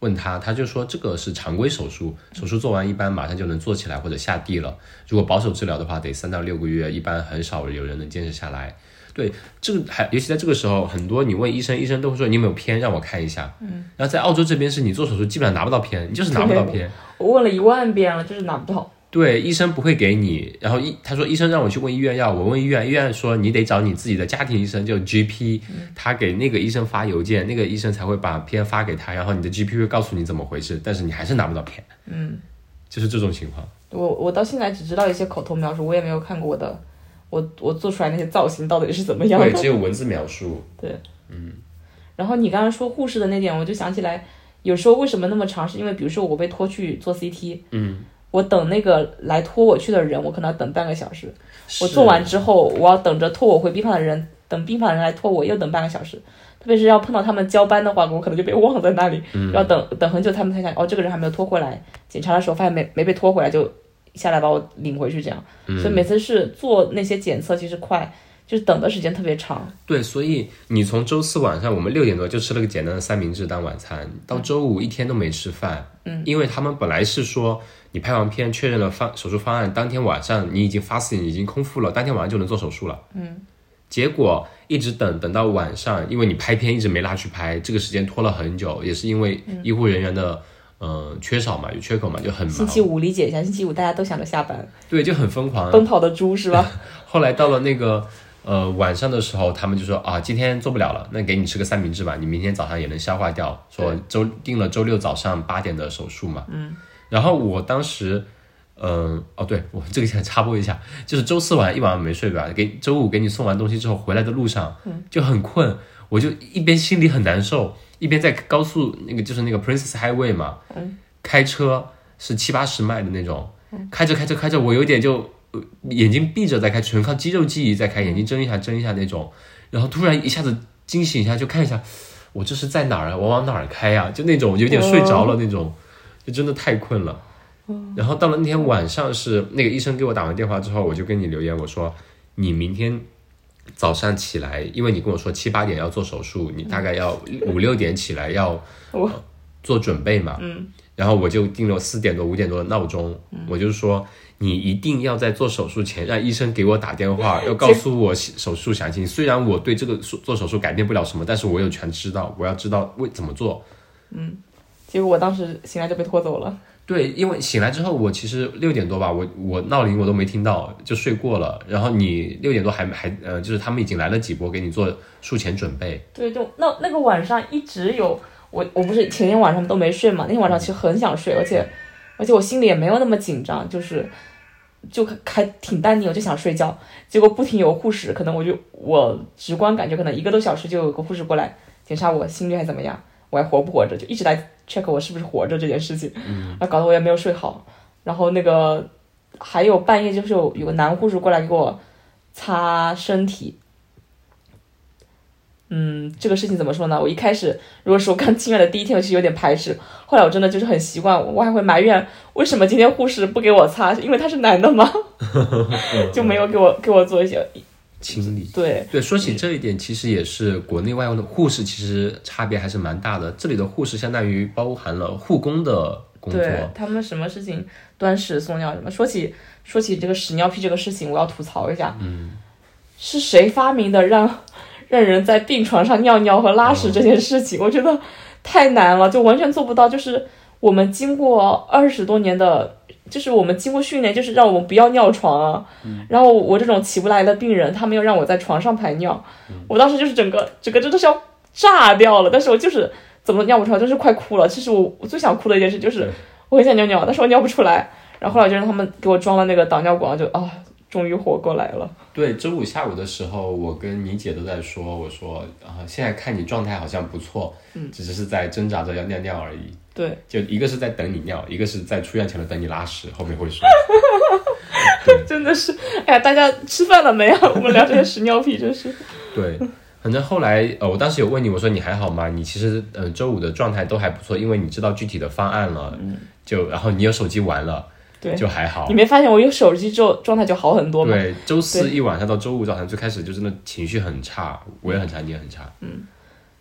A: 问他，他就说这个是常规手术，手术做完一般马上就能做起来或者下地了。如果保守治疗的话，得三到六个月，一般很少有人能坚持下来。对，这个还尤其在这个时候，很多你问医生，医生都会说你有没有片，让我看一下。嗯，然后在澳洲这边是你做手术基本上拿不到片，你就是拿不到片。
B: 我问了一万遍了，就是拿不到。
A: 对，医生不会给你。然后医他说医生让我去问医院要，我问医院，医院说你得找你自己的家庭医生，就 GP，他给那个医生发邮件，那个医生才会把片发给他，然后你的 GP 会告诉你怎么回事，但是你还是拿不到片。嗯，就是这种情况。
B: 我我到现在只知道一些口头描述，我也没有看过我的，我我做出来那些造型到底是怎么样的
A: 对，。只有文字描述。
B: 然后你刚刚说护士的那点，我就想起来有时候为什么那么长，是因为比如说我被拖去做 CT，嗯，我等那个来拖我去的人，我可能要等半个小时。我做完之后，我要等着拖我回病房的人，等病房的人来拖我，又等半个小时。特别是要碰到他们交班的话，我可能就被忘在那里，
A: 嗯
B: 要等等很久，他们才想哦，这个人还没有拖回来。检查的时候发现没没被拖回来，就下来把我领回去这样。
A: 嗯
B: 所以每次是做那些检测，其实快，就是等的时间特别长。
A: 对，所以你从周四晚上我们六点多就吃了个简单的三明治当晚餐，到周五一天都没吃饭。嗯，因为他们本来是说你拍完片确认了方手术方案，当天晚上你已经发死，你已经空腹了，当天晚上就能做手术了。嗯，结果一直等等到晚上，因为你拍片一直没拉去拍，这个时间拖了很久，也是因为医护人员的。嗯，缺少嘛，有缺口嘛，就很
B: 星
A: 忙，
B: 期五理解一下，星期五大家都想着下班，
A: 对，就很疯狂。
B: 奔跑的猪是吧？
A: 后来到了那个呃晚上的时候，他们就说啊，今天做不了了，那给你吃个三明治吧，你明天早上也能消化掉。说周定了周六早上八点的手术嘛。嗯。然后我当时，嗯、哦，对我这个想插播一下，就是周四晚上一晚上没睡吧，给周五给你送完东西之后，回来的路上就很困，我就一边心里很难受，一边在高速那个就是那个 Princess Highway 嘛，开车是七八十迈的那种，开着开着开着，我有点就呃眼睛闭着在开，纯靠肌肉记忆在开，眼睛睁一下睁一下那种，然后突然一下子惊醒一下，就看一下我这是在哪儿啊，我往哪儿开呀、就那种有点睡着了那种，就真的太困了。然后到了那天晚上是那个医生给我打完电话之后，我就跟你留言我说你明天。早上起来，因为你跟我说七八点要做手术，你大概要五六点起来要
B: 我
A: 呃做准备嘛。然后我就定了四点多五点多的闹钟，我就说你一定要在做手术前让医生给我打电话，要告诉我手术详情。虽然我对这个手做手术改变不了什么，但是我有权知道，我要知道为怎么做。
B: 结果我当时醒来就被拖走了。
A: 对，因为醒来之后，我其实六点多吧，我我闹铃我都没听到，就睡过了。然后你六点多还还呃，就是他们已经来了几波给你做术前准备，
B: 对，就那那个晚上一直有我，我不是前天晚上都没睡嘛，那天晚上其实很想睡，而且而且我心里也没有那么紧张，就是就还挺淡定，我就想睡觉。结果不停有护士，可能我就我直观感觉可能一个多小时就有个护士过来检查我心率还怎么样，我还活不活着，就一直来 check 我是不是活着这件事情，然后搞得我也没有睡好。然后那个还有半夜就是有有个男护士过来给我擦身体，嗯，这个事情怎么说呢？我一开始 如果说刚进院的第一天，我其实有点排斥，后来我真的就是很习惯，我还会埋怨为什么今天护士不给我擦，因为他是男的吗？ 就没有给我给我做一些
A: 清理。
B: 对
A: 对，说起这一点，其实也是国内外的护士其实差别还是蛮大的。这里的护士相当于包含了护工的工作，
B: 对，他们什么事情端屎送尿什么。说起说起这个屎尿屁这个事情，我要吐槽一下，嗯，是谁发明的让 让人在病床上尿尿和拉屎这件事情？我觉得太难了，就完全做不到。就是我们经过二十多年的，就是我们经过训练，就是让我们不要尿床啊。
A: 嗯
B: 然后我这种起不来的病人，他们又让我在床上排尿，
A: 嗯
B: 我当时就是整个整个真的是要炸掉了，但是我就是。怎么尿不出来，真是快哭了。这是我我最想哭的一件事，就是我很想尿尿，但是我尿不出来。然后后来就让他们给我装了那个导尿管，就啊，终于活过来了。
A: 对，周五下午的时候，我跟你姐都在说，我说啊、现在看你状态好像不错，嗯，只是在挣扎着要尿尿而已。
B: 对，
A: 就一个是在等你尿，一个是在出院前的等你拉屎，后面会 说。
B: 真的是，哎呀，大家吃饭了没啊？我们聊这些屎尿屁，真是。
A: 对，反正后来呃，我当时有问你，我说你还好吗？你其实呃周五的状态都还不错，因为你知道具体的方案了，就然后你有手机玩了，
B: 嗯对
A: 就还好
B: 你。没发现我有手机之后状态就好很多吗？
A: 对，周四一晚上到周五早上最开始就真的情绪很差，我也很差，你也很差。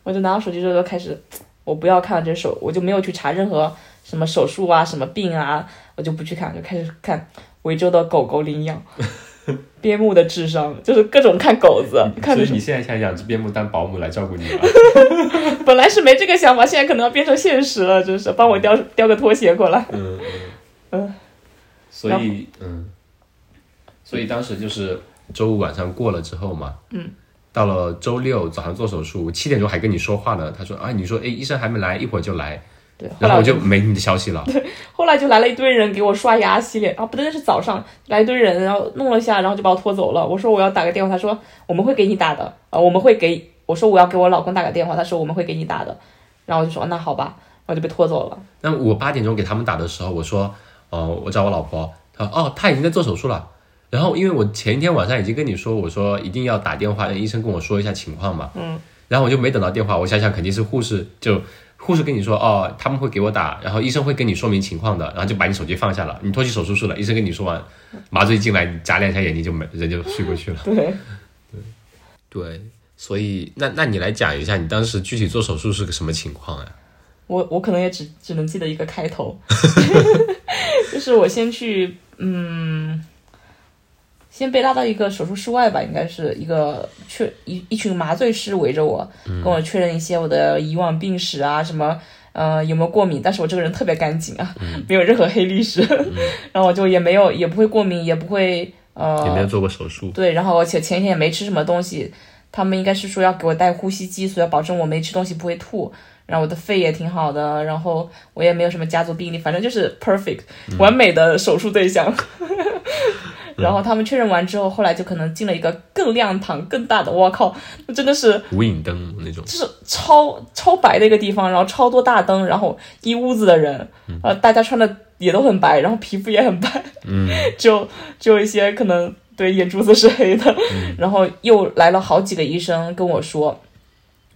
B: 我就拿到手机之后就开始，我不要看这手，我就没有去查任何什么手术啊、什么病啊，我就不去看，就开始看维州的狗狗领养，边牧的智商，就是各种看狗子，看
A: 所
B: 的
A: 以你现在想养只边牧当保姆来照顾 你了。
B: 本来是没这个想法，现在可能要变成现实了，真是帮我叼叼个拖鞋过来。
A: 嗯，嗯
B: 嗯，
A: 所以嗯，所以当时就是周五晚上过了之后嘛，嗯，到了周六早上做手术，我七点钟还跟你说话呢。他说啊，你说哎，医生还没来，一会儿就来，
B: 对，后
A: 然后
B: 来我
A: 我就没你的消息了。
B: 后来就来了一堆人给我刷牙、洗脸啊，不对，那是早上来一堆人，然后弄了一下，然后就把我拖走了。我说我要打个电话，他说我们会给你打的，啊，我们会给。我说我要给我老公打个电话，他说我们会给你打的，然后我就说那好吧。我就被拖走了。
A: 那我八点钟给他们打的时候，我说，呃，我找我老婆，她说，哦，她已经在做手术了。然后因为我前一天晚上已经跟你说，我说一定要打电话让医生跟我说一下情况嘛，嗯，然后我就没等到电话，我想想肯定是护士就。护士跟你说，哦，他们会给我打，然后医生会跟你说明情况的，然后就把你手机放下了，你拖去手术室了，医生跟你说完，麻醉进来，你眨两下眼睛就没，人就睡过去 了。
B: 对，
A: 对，所以那那你来讲一下，你当时具体做手术是个什么情况啊呀、
B: 我我可能也只只能记得一个开头，就是我先去，嗯，先被拉到一个手术室外吧，应该是一个确一一群麻醉师围着我，跟我确认一些我的以往病史啊，什么呃有没有过敏，但是我这个人特别干净啊，没有任何黑历史， 然后我就也没有也不会过敏，也不会呃
A: 有没有做过手术？
B: 对，然后而且前一天也没吃什么东西，他们应该是说要给我带呼吸机，所以要保证我没吃东西不会吐。然后我的肺也挺好的，然后我也没有什么家族病例，反正就是 perfect 完美的手术对象。然后他们确认完之后，后来就可能进了一个更亮堂、更大的，我靠，那真的是
A: 无影灯那种，
B: 就是超超白的一个地方，然后超多大灯，然后一屋子的人，呃，大家穿的也都很白，然后皮肤也很白， 嗯，只有只有一些可能对眼珠子是黑的，然后又来了好几个医生跟我说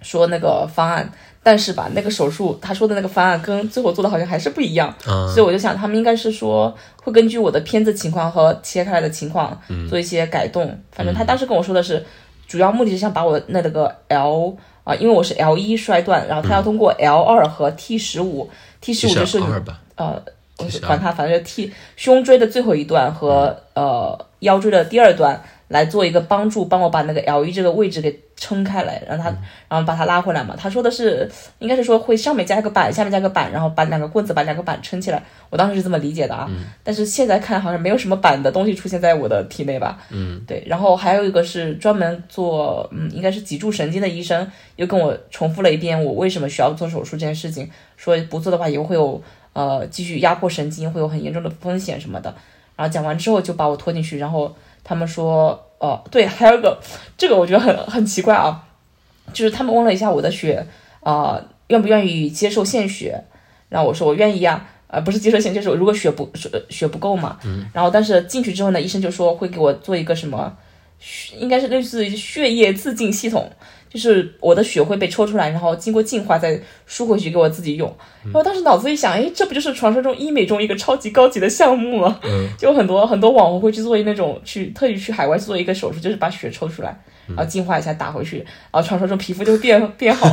B: 说那个方案，但是吧，那个手术他说的那个方案跟最后做的好像还是不一样，
A: 啊
B: 所以我就想他们应该是说会根据我的片子情况和切开来的情况做一些改动，反正他当时跟我说的是。主要目的是想把我那个 L 啊、因为我是 L 一摔断，然后他要通过 L 二和 T 十五，T 十五
A: 是
B: 就是
A: 二吧？
B: 呃，我
A: 12
B: 管它，反正就 T 胸椎的最后一段和、呃腰椎的第二段来做一个帮助，帮我把那个 L 一这个位置给撑开来，让它然后把它拉回来嘛。他说的是应该是说会上面加一个板，下面加一个板，然后把两个棍子把两个板撑起来。我当时是这么理解的啊，但是现在看好像没有什么板的东西出现在我的体内吧。嗯，对。然后还有一个是专门做嗯应该是脊柱神经的医生又跟我重复了一遍我为什么需要做手术这件事情，说不做的话以后会有。呃继续压迫神经，会有很严重的风险什么的。然后讲完之后就把我拖进去，然后他们说，哦，对，还有一个，这个我觉得很很奇怪啊，就是他们问了一下我的血，啊、愿不愿意接受献血？然后我说我愿意呀、呃，不是接受献，就是如果血不血血不够嘛。然后但是进去之后呢，医生就说会给我做一个什么，血应该是类似于血液自净系统，就是我的血会被抽出来，然后经过净化再输回去给我自己用。
A: 嗯
B: 然后当时脑子一想，哎，这不就是传说中医美中一个超级高级的项目吗？
A: 嗯
B: 就很多很多网红会去做那种去特意去海外做一个手术，就是把血抽出来，
A: 嗯
B: 然后净化一下打回去，然后传说中皮肤就会 变变好。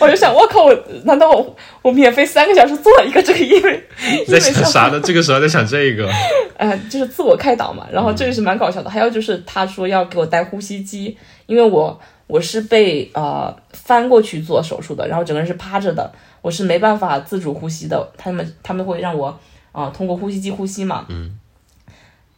B: 我就想，我靠，我难道我我免费三个小时做了一个这个医美？
A: 你在想啥呢？这个时候在想这个，
B: 呃，就是自我开导嘛。然后这个是蛮搞笑的。还有就是他说要给我带呼吸机，因为我我是被呃翻过去做手术的，然后整个人是趴着的，我是没办法自主呼吸的。他们他们会让我啊、呃通过呼吸机呼吸嘛。嗯。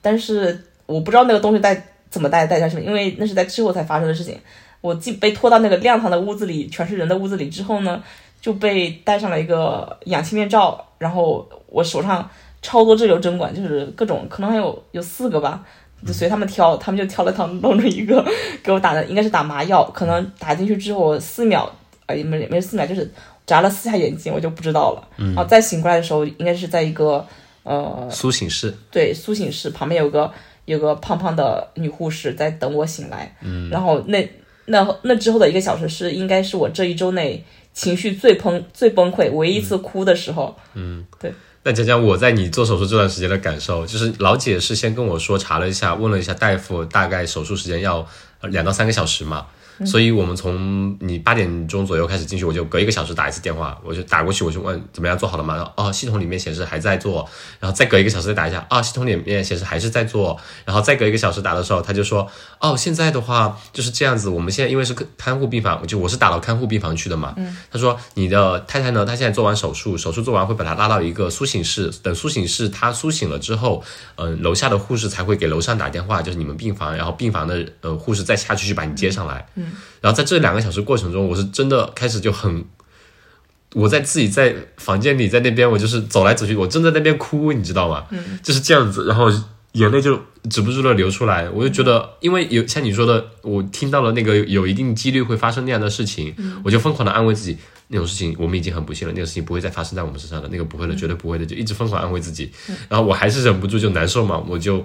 B: 但是我不知道那个东西带怎么带带下去，因为那是在之后才发生的事情。我进被拖到那个亮堂的屋子里，全是人的屋子里之后呢，就被戴上了一个氧气面罩，然后我手上超多这流针管，就是各种可能还有有四个吧，就随他们挑，他们就挑了当当中一个给我打的，应该是打麻药，可能打进去之后四秒，呃，也没没四秒，就是眨了四下眼睛，我就不知道了。然后再醒过来的时候，应该是在一个呃，
A: 苏醒室，
B: 对，苏醒室旁边有个有个胖胖的女护士在等我醒来。嗯，然后那那那之后的一个小时是应该是我这一周内情绪最崩最崩溃，唯一一次哭的时候。
A: 那讲讲我在你做手术这段时间的感受，就是老姐是先跟我说查了一下，问了一下大夫，大概手术时间要呃两到三个小时嘛，所以我们从你八点钟左右开始进去，我就隔一个小时打一次电话，我就打过去，我就问怎么样做好了吗？然后哦，系统里面显示还在做，然后再隔一个小时再打一下，啊、系统里面显示还是在做，然后再隔一个小时打的时候，他就说哦，现在的话就是这样子，我们现在因为是个看护病房，就我是打到看护病房去的嘛，他说你的太太呢，她现在做完手术，手术做完会把她拉到一个苏醒室，等苏醒室她苏醒了之后，嗯、楼下的护士才会给楼上打电话，就是你们病房，然后病房的呃护士再下去去把你接上来。嗯，然后在这两个小时过程中，我是真的开始就很。我在自己在房间里，在那边我就是走来走去，我正在那边哭，你知道吗？嗯，就是这样子，然后眼泪就止不住的流出来。我就觉得，因为有像你说的，我听到了那个有一定几率会发生那样的事情，我就疯狂的安慰自己，那种事情我们已经很不幸了，那个事情不会再发生在我们身上的，那个不会的，绝对不会的，就一直疯狂安慰自己。然后我还是忍不住就难受嘛，我就。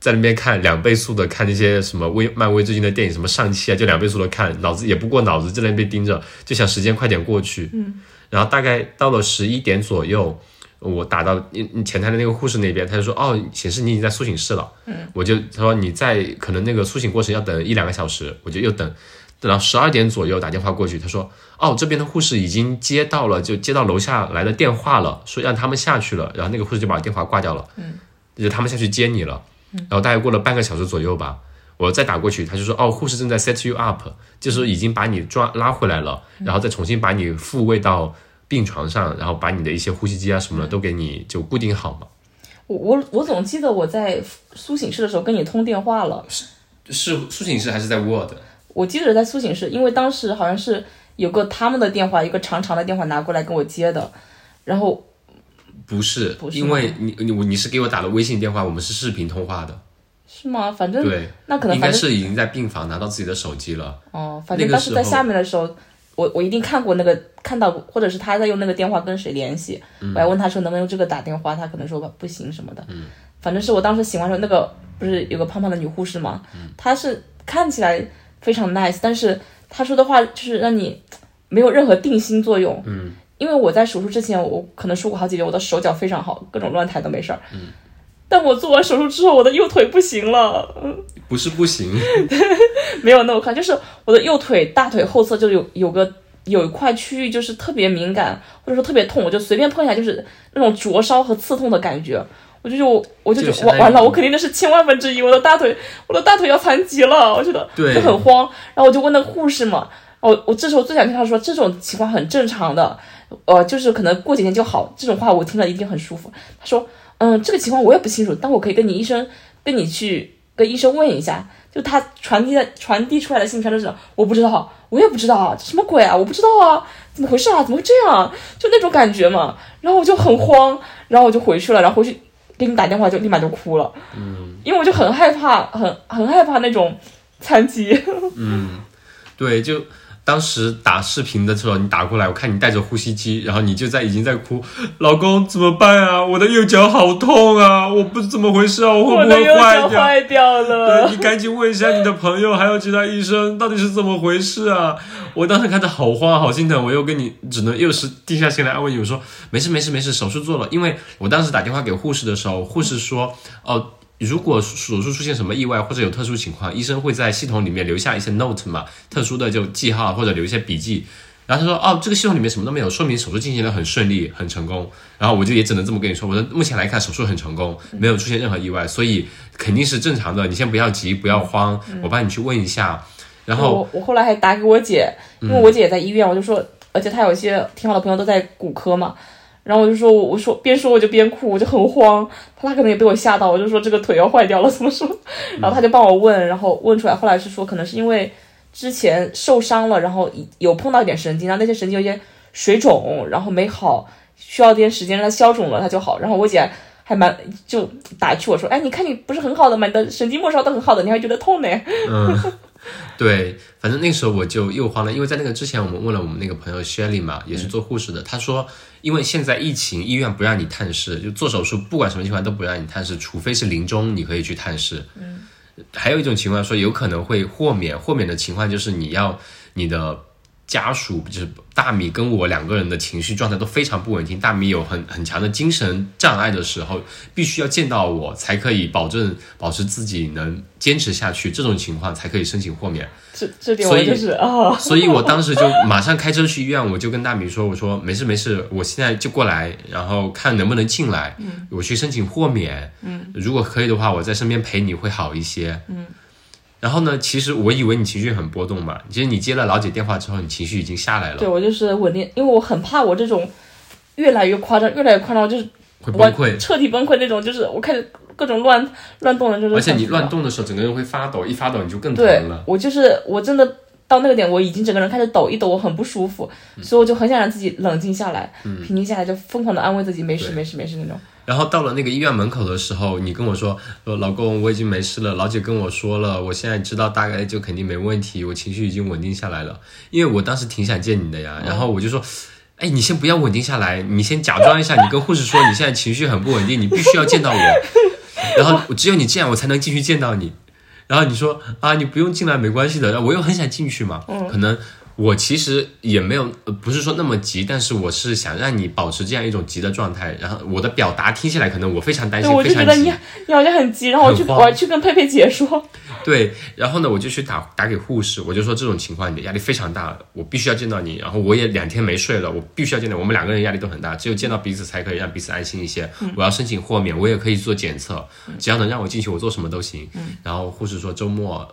A: 在那边看两倍速的看那些什么威漫威最近的电影，什么上汽啊，就两倍速的看，脑子也不过脑子，就在那边盯着，就想时间快点过去。嗯，然后大概到了十一点左右，我打到嗯嗯前台的那个护士那边，他就说哦，显示你已经在苏醒室了。嗯，我就他说你在可能那个苏醒过程要等一两个小时，我就又等，等到十二点左右打电话过去，他说哦这边的护士已经接到了，就接到楼下来的电话了，说让他们下去了，然后那个护士就把电话挂掉了。嗯，就他们下去接你了。然后大概过了半个小时左右吧，我再打过去，他就说哦，护士正在 set you up，就是已经把你抓拉回来了，然后再重新把你复位到病床上，然后把你的一些呼吸机啊什么的都给你就固定好嘛。
B: 我我我总记得我在苏醒室的时候跟你通电话了，
A: 是苏醒室还是在 Word？
B: 我记得在苏醒室，因为当时好像是有个他们的电话，一个长长的电话拿过来跟我接的，然后
A: 不是，
B: 不是
A: 因为你你我你是给我打了微信电话，我们是视频通话的，
B: 是吗？反正
A: 对，
B: 那嗯可能
A: 应
B: 反
A: 该
B: 正
A: 是已经在病房拿到自己的手机了。
B: 哦，反
A: 那
B: 正
A: 个
B: 当时在
A: 时候
B: 下面的时候，我我一定看过那个看到过，或者是他在用那个电话跟谁联系，我还问他说能不能用这个打电话，他可能说不行什么的。嗯，反正是我当时醒完之后，那个不是有个胖胖的女护士嘛，她是看起来非常 nice，但是她说的话就是让你没有任何定心作用。嗯，因为我在手术之前，我可能说过好几遍，我的手脚非常好，各种乱抬都没事儿。嗯。但我做完手术之后，我的右腿不行了，
A: 不是不行，
B: 没有那么快，就是我的右腿大腿后侧就有有个有一块区域就是特别敏感，或者说特别痛，我就随便碰一下就是那种灼烧和刺痛的感觉。我就就我就
A: 就
B: 觉
A: 相
B: 得
A: 当
B: 完
A: 于
B: 完了，我肯定那是千万分之一，我的大腿我的大腿要残疾了，我觉得
A: 对
B: 就很慌。然后我就问那个护士嘛，我我这时候最想听他说这种情况很正常的，呃，就是可能过几天就好。这种话我听了一定很舒服。他说，嗯，这个情况我也不清楚，但我可以跟你医生跟你去跟医生问一下。就他传递的传递出来的信息全都是我不知道，我也不知道啊，这什么鬼啊，我不知道啊，怎么回事啊，怎么会这样啊？就那种感觉嘛。然后我就很慌，然后我就回去了，然后回去给你打电话就立马就哭了，嗯，因为我就很害怕，很很害怕那种残疾。
A: 对，就当时打视频的时候，你打过来，我看你带着呼吸机，然后你就在已经在哭，老公怎么办啊？我的右脚好痛啊！我不知怎么回事啊？我
B: 我
A: 会不
B: 的
A: 会
B: 右脚
A: 掉？
B: 坏掉了
A: 对，。你赶紧问一下你的朋友，还有其他医生，到底是怎么回事啊？我当时看着好慌，好心疼，我又跟你只能又是定下心来安慰你，我说没事没事没事，手术做了。因为我当时打电话给护士的时候，护士说哦。如果手术出现什么意外或者有特殊情况，医生会在系统里面留下一些 note 嘛，特殊的就记号或者留一些笔记。然后他说哦，这个系统里面什么都没有，说明手术进行的很顺利，很成功。然后我就也只能这么跟你说，我说目前来看手术很成功，没有出现任何意外，所以肯定是正常的。你先不要急，不要慌，我帮你去问一下。然后
B: 我我后来还打给我姐，
A: 嗯
B: 因为我姐也在医院，我就说，而且她有一些挺好的朋友都在骨科嘛，然后我就说，我我说边说我就边哭，我就很慌，她可能也被我吓到，我就说这个腿要坏掉了，怎么说？
A: 嗯
B: 然后她就帮我问，然后问出来，后来是说可能是因为之前受伤了，然后有碰到一点神经，然后那些神经有些水肿，然后没好，需要点时间让它消肿了，它就好。然后我姐。还蛮就打趣我说，哎，你看你不是很好的吗？你的神经末梢都很好的，你还觉得痛呢？
A: 对，反正那时候我就又慌了，因为在那个之前，我们问了我们那个朋友 Shelly 嘛，也是做护士的，她说，因为现在疫情，医院不让你探视，就做手术，不管什么情况都不让你探视，除非是临终你可以去探视。嗯，还有一种情况说有可能会豁免，豁免的情况就是你要你的家属就是大米跟我两个人的情绪状态都非常不稳定，大米有很很强的精神障碍的时候，必须要见到我才可以保证保持自己能坚持下去，这种情况才可以申请豁免。
B: 这这点我
A: 所以
B: 就是啊，
A: 所以我当时就马上开车去医院，我就跟大米说：“我说没事没事，我现在就过来，然后看能不能进来，我去申请豁免。嗯，如果可以的话，我在身边陪你会好一些。嗯，然后呢，其实我以为你情绪很波动嘛，其实你接了老姐电话之后，你情绪已经下来
B: 对
A: 了，
B: 我就是稳定，因为我很怕我这种越来越夸张，越来越夸张，我就是
A: 会崩
B: 我
A: 溃。
B: 彻底崩溃那种，就是我开始各种乱乱动了，就是
A: 而且你
B: 想死了
A: 乱动的时候，整个人会发抖，一发抖你就更疼
B: 对
A: 了。，
B: 我就是我真的到那个点，我已经整个人开始抖一抖，我很不舒
A: 嗯
B: 服，所以我就很想让自己冷静下来，平静下来，就疯狂的安慰自己，没事
A: 对
B: 没事没事那种。
A: 然后到了那个医院门口的时候，你跟我说，说老公我已经没事了，老姐跟我说了，我现在知道大概就肯定没问题，我情绪已经稳定下来了。因为我当时挺想见你的呀，然后我就说。哎，你先不要稳定下来，你先假装一下，你跟护士说你现在情绪很不稳定，你必须要见到我， 然后只有你这样我才能进去见到你。然后你说啊，你不用进来没关系的，然后我又很想进去嘛，
B: 嗯
A: 可能我其实也没有，呃不是说那么急，但是我是想让你保持这样一种急的状态。然后我的表达听起来可能我非常担
B: 对，
A: 心，
B: 我
A: 非
B: 就觉
A: 常
B: 得
A: 急
B: 你你好像很急，然后我去
A: 很慌
B: 我还去跟佩佩姐说，
A: 对，然后呢，我就去打打给护士，我就说这种情况你的压力非常大，我必须要见到你。然后我也两天没睡了，我必须要见到你。我们两个人压力都很大，只有见到彼此才可以让彼此安心一些。我要申请豁免，我也可以做检测，只要能让我进去，我做什么都行。然后护士说周末，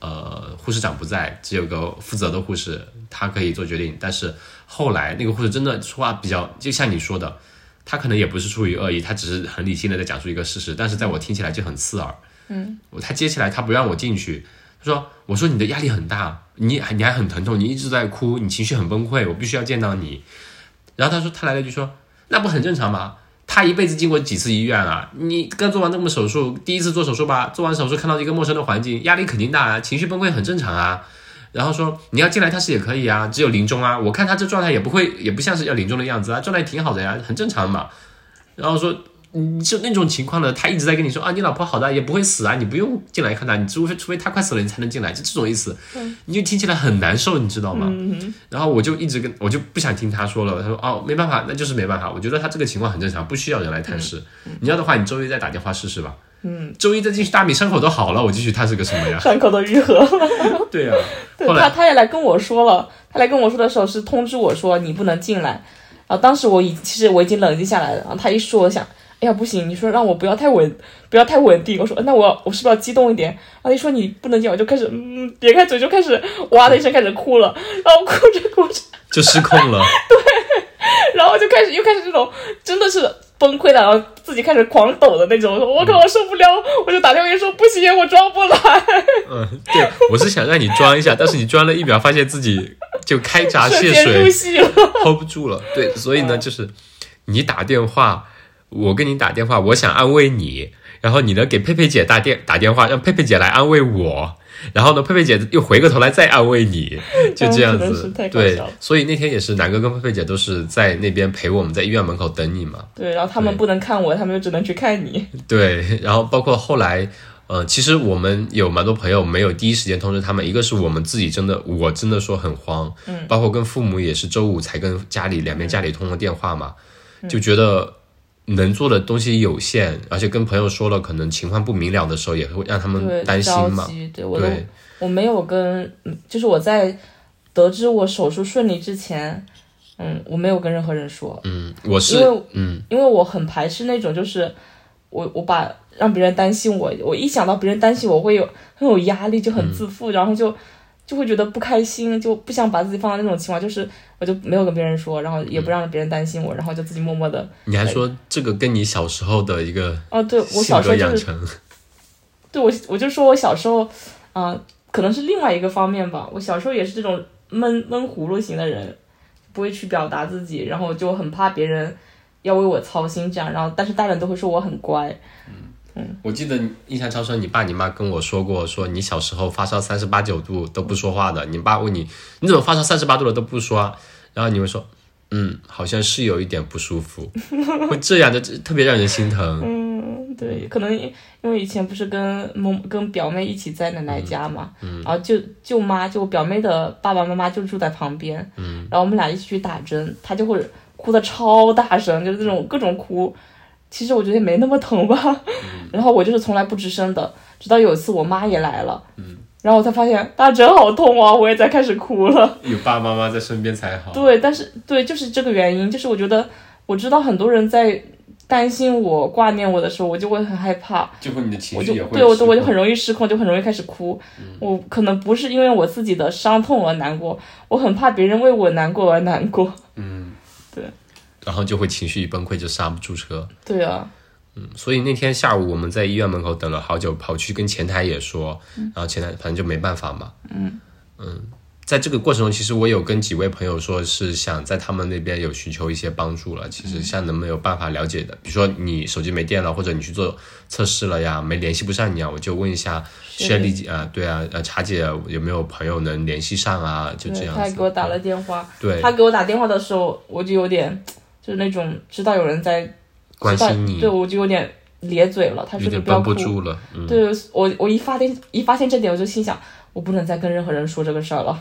A: 呃，护士长不在，只有个负责的护士，她可以做决定。但是后来那个护士真的说话比较，就像你说的。他可能也不是出于恶意，他只是很理性的在讲述一个事实，但是在我听起来就很刺耳。我他接起来，他不让我进去，他说：“我说你的压力很大，你还你还很疼痛，你一直在哭，你情绪很崩溃，我必须要见到你。”然后他说他来了一句说：“那不很正常吗？他一辈子进过几次医院啊？你刚做完那么手术，第一次做手术吧，做完手术看到一个陌生的环境，压力肯定大啊，情绪崩溃很正常啊。”然后说你要进来探视也可以啊，只有临终啊，我看他这状态也不会，也不像是要临终的样子啊，状态挺好的呀，很正常嘛。然后说就那种情况呢，他一直在跟你说啊，你老婆好的，也不会死啊，你不用进来看她，你除非除非她快死了，你才能进来，就这种意思，你就听起来很难受，你知道吗？然后我就一直跟我就不想听他说了，他说哦，没办法，那就是没办法，我觉得他这个情况很正常，不需要人来探视。你要的话，你周一再打电话试试吧。嗯，周一再进去，大米伤口都好了，我继续探视个什么呀？
B: 伤口都愈合了。
A: 对呀、
B: 对
A: 后来
B: 他，他也来跟我说了，他来跟我说的时候是通知我说你不能进来，然后当时我已其实我已经冷静下来了，然后他一说，我想，哎呀不行，你说让我不要太稳，不要太稳定，我说那我要我是不是要激动一点？然后一说你不能进来，我就开始嗯别开嘴，就开始哇的一声开始哭了，然后哭着哭着，
A: 就失控了。
B: 然后就开始又开始这种真的是崩溃的，然后自己开始狂抖的那种，我说我靠我受不了，我就打电话跟你说不行，我装不来，
E: 嗯，对，我是想让你装一下，但是你装了一秒，发现自己就开闸
B: 瞬
E: 泄
B: 间入
E: 水
B: 戏了。
E: ，hold 不住了。对，所以呢，就是你打电话，我跟你打电话，我想安慰你，然后你呢给佩佩姐打电打电话，让佩佩姐来安慰我。然后呢，佩佩姐又回过头来再安慰你，就这样
B: 嗯真的是
E: 子
B: 太。搞
E: 对
B: 笑了，
E: 所以那天也是南哥跟佩佩姐都是在那边陪我们，在医院门口等你嘛。
B: 对，然后他们
E: 对
B: 不能看我，他们就只能去看你。
E: 对，然后包括后来，呃，其实我们有蛮多朋友没有第一时间通知他们，一个是我们自己真的，我真的说很慌，嗯，包括跟父母也是周五才跟家里
B: 嗯
E: 两边家里通了电话嘛，就觉得能做的东西有限，而且跟朋友说了，可能情况不明了的时候，也会让他
B: 对，
E: 们担心
B: 着
E: 嘛，
B: 急，对我都
E: 对，
B: 我没有跟，嗯就是我在得知我手术顺利之前，嗯，我没有跟任何人说，
E: 嗯，我
B: 因
E: 是，
B: 为
E: 嗯，
B: 因为我很排斥那种就是我我把让别人担心我，我一想到别人担心我会有很有压力，
E: 嗯
B: 就很自负，然后就。就会觉得不开心，就不想把自己放到那种情况，就是我就没有跟别人说，然后也不
E: 嗯
B: 让别人担心我，然后就自己默默的，
E: 你还说这个跟你小时候的一个
B: 哦，对我
E: 性
B: 小时
E: 格
B: 候就
E: 养
B: 是
E: 成，
B: 对我，我就说我小时候，啊、可能是另外一个方面吧。我小时候也是这种闷闷葫芦型的人，不会去表达自己，然后我就很怕别人要为我操心这样。然后，但是大人都会说我很乖，
E: 我记得印象超深，你爸你妈跟我说过，说你小时候发烧三十八九度都不说话的，你爸问你你怎么发烧三十八度了都不说、啊，然后你会说，嗯，好像是有一点不舒服， 会这样的，这特别让人心疼。
B: 嗯，对，可能因因为以前不是跟某跟表妹一起在奶奶家嘛，然后舅舅妈就我表妹的爸爸妈妈就住在旁边，然后我们俩一起去打针，她就会哭的超大声，就是那种各种哭。其实我觉得也没那么疼吧，然后我就是从来不吱声的，直到有一次我妈也来了，然后我才发现大针好痛啊，我也在开始哭了。
E: 有爸爸妈妈在身边才
A: 哦
E: 好。
B: 对，但是对，就是这个原因，就是我觉得我知道很多人在担心我、挂念我的时候，我就会很害怕，
A: 就会你的嗯情
B: 我就对我就我就很容易失控，就很容易开始哭。我可能不是因为我自己的伤痛而难过，我很怕别人为我难过而难过。
E: 然后就会情绪一崩溃就刹不住车。
B: 对啊，
E: 所以那天下午我们在医院门口等了
B: 嗯
E: 好久，跑去跟前台也说，然后前台反正就没办法嘛。嗯
A: 在这个过程中，其实我有跟几位朋友说是想在他们那边有寻求一些帮助
B: 嗯
A: 了。其实像能不能有办法了解的，比如说你手机没电了，或者你去做测试了呀，没联系不上你啊，我就问一下 Shelly 姐啊，对啊，呃，茶姐有没有朋友能联系上啊？就这
B: 对，
A: 样
B: 他
A: 子。
B: 还给我打了电话。
A: 对
B: 他给我打电话的时候，我就有点就是那种知道有人在
A: 关
B: 知道
A: 心你
B: 对我就有点咧嘴了。他说
A: 有
B: 你
A: 点
B: 不要
A: 绷
B: 哭
A: 不。住了，嗯，
B: 对我，我一发现一发现这点，我就心想，我不能再跟任何人说这个事儿了。